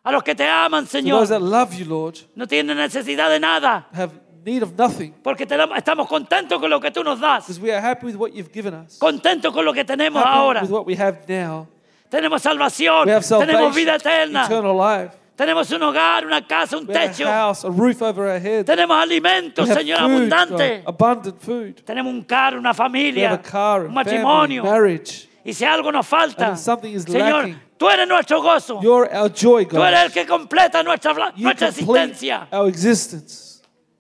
A los que te aman,
To those that
Señor,
love you, Lord,
no tienen necesidad de nada.
have need of nothing
Porque te damos- estamos contentos con lo que tú nos das.
because we are happy with what you've given us.
Contentos con lo que tenemos
Happy
ahora.
with what we have now.
Tenemos salvación.
We have
Tenemos
salvation,
vida eterna.
eternal life.
Tenemos un hogar, una casa, un
We have a
techo.
house, a roof over our head.
Tenemos alimentos,
We have
Señor,
food,
abundante.
God, abundant food.
Tenemos un carro, una
We have a
familia,
car,
un
a family,
matrimonio.
marriage.
y si algo nos falta,
And if something is
Señor,
lacking,
tú eres nuestro gozo.
You're our joy,
Tú eres
God.
el que completa nuestra, bla-
You
nuestra
complete
existencia.
our existence.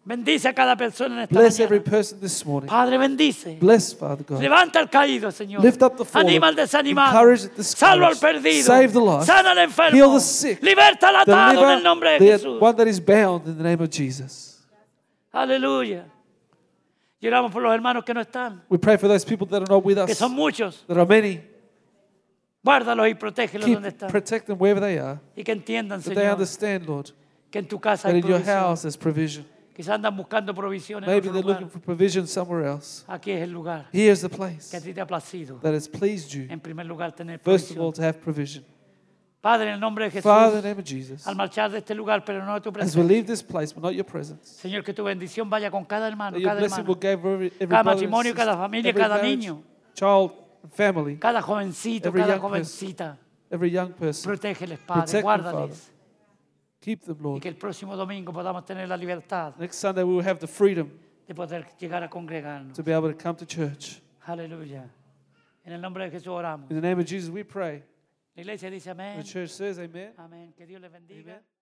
Bendice a cada persona en esta
Bless every
mañana.
person this morning.
Padre, bendice.
Bless, Father God.
Levanta al caído, Señor.
Lift up the fallen.
Anima al desanimado.
Encourage the discouraged.
Salva al perdido.
Save the lost.
Sana al enfermo.
Heal the sick.
Liberta al atado en el nombre de
Deliver the
Jesús.
one that is bound in the name of Jesus.
Aleluya. Lloramos por los hermanos que no están,
We pray for those people that are not with
que
us,
son
that
muchos.
are many.
Guárdalos y protégelos
Keep,
donde están.
protect them wherever they are.
Y que entiendan,
That they
Señor,
understand, Lord,
que en tu casa
that
hay
in your
provisión.
house there's provision.
Quizás andan buscando provisión en
Maybe
otro
they're
lugar.
looking for provision somewhere else.
Aquí es el lugar
Here's the place
que a ti te ha placido.
that has pleased you,
En primer lugar, tener
first of all,
provisión.
to have provision.
Padre, en el nombre de
Father,
Jesús,
in the name of Jesus,
al marchar de este lugar, pero no de tu
as we
presencia.
leave this place, but not your presence,
Señor, que tu bendición vaya con cada hermano,
that your
cada
blessing
hermana.
will give every, every
Cada
brother and
matrimonio, cada
sister,
familia,
every
cada
marriage,
niño.
child, and family,
Cada jovencito,
Every
cada
young person.
jovencita,
every young person.
protégeles, Padre,
Protect them,
guárdales.
Keep them,
Y
Lord.
que el próximo domingo podamos tener la libertad
Next Sunday we will have the freedom
de poder llegar a congregarnos.
to be able to come to church.
Aleluya. En el nombre de Jesús oramos.
In the name of Jesus, we pray.
La iglesia dice
The
amén.
church says, Amen.
Amén. Que Dios les bendiga.
Amen.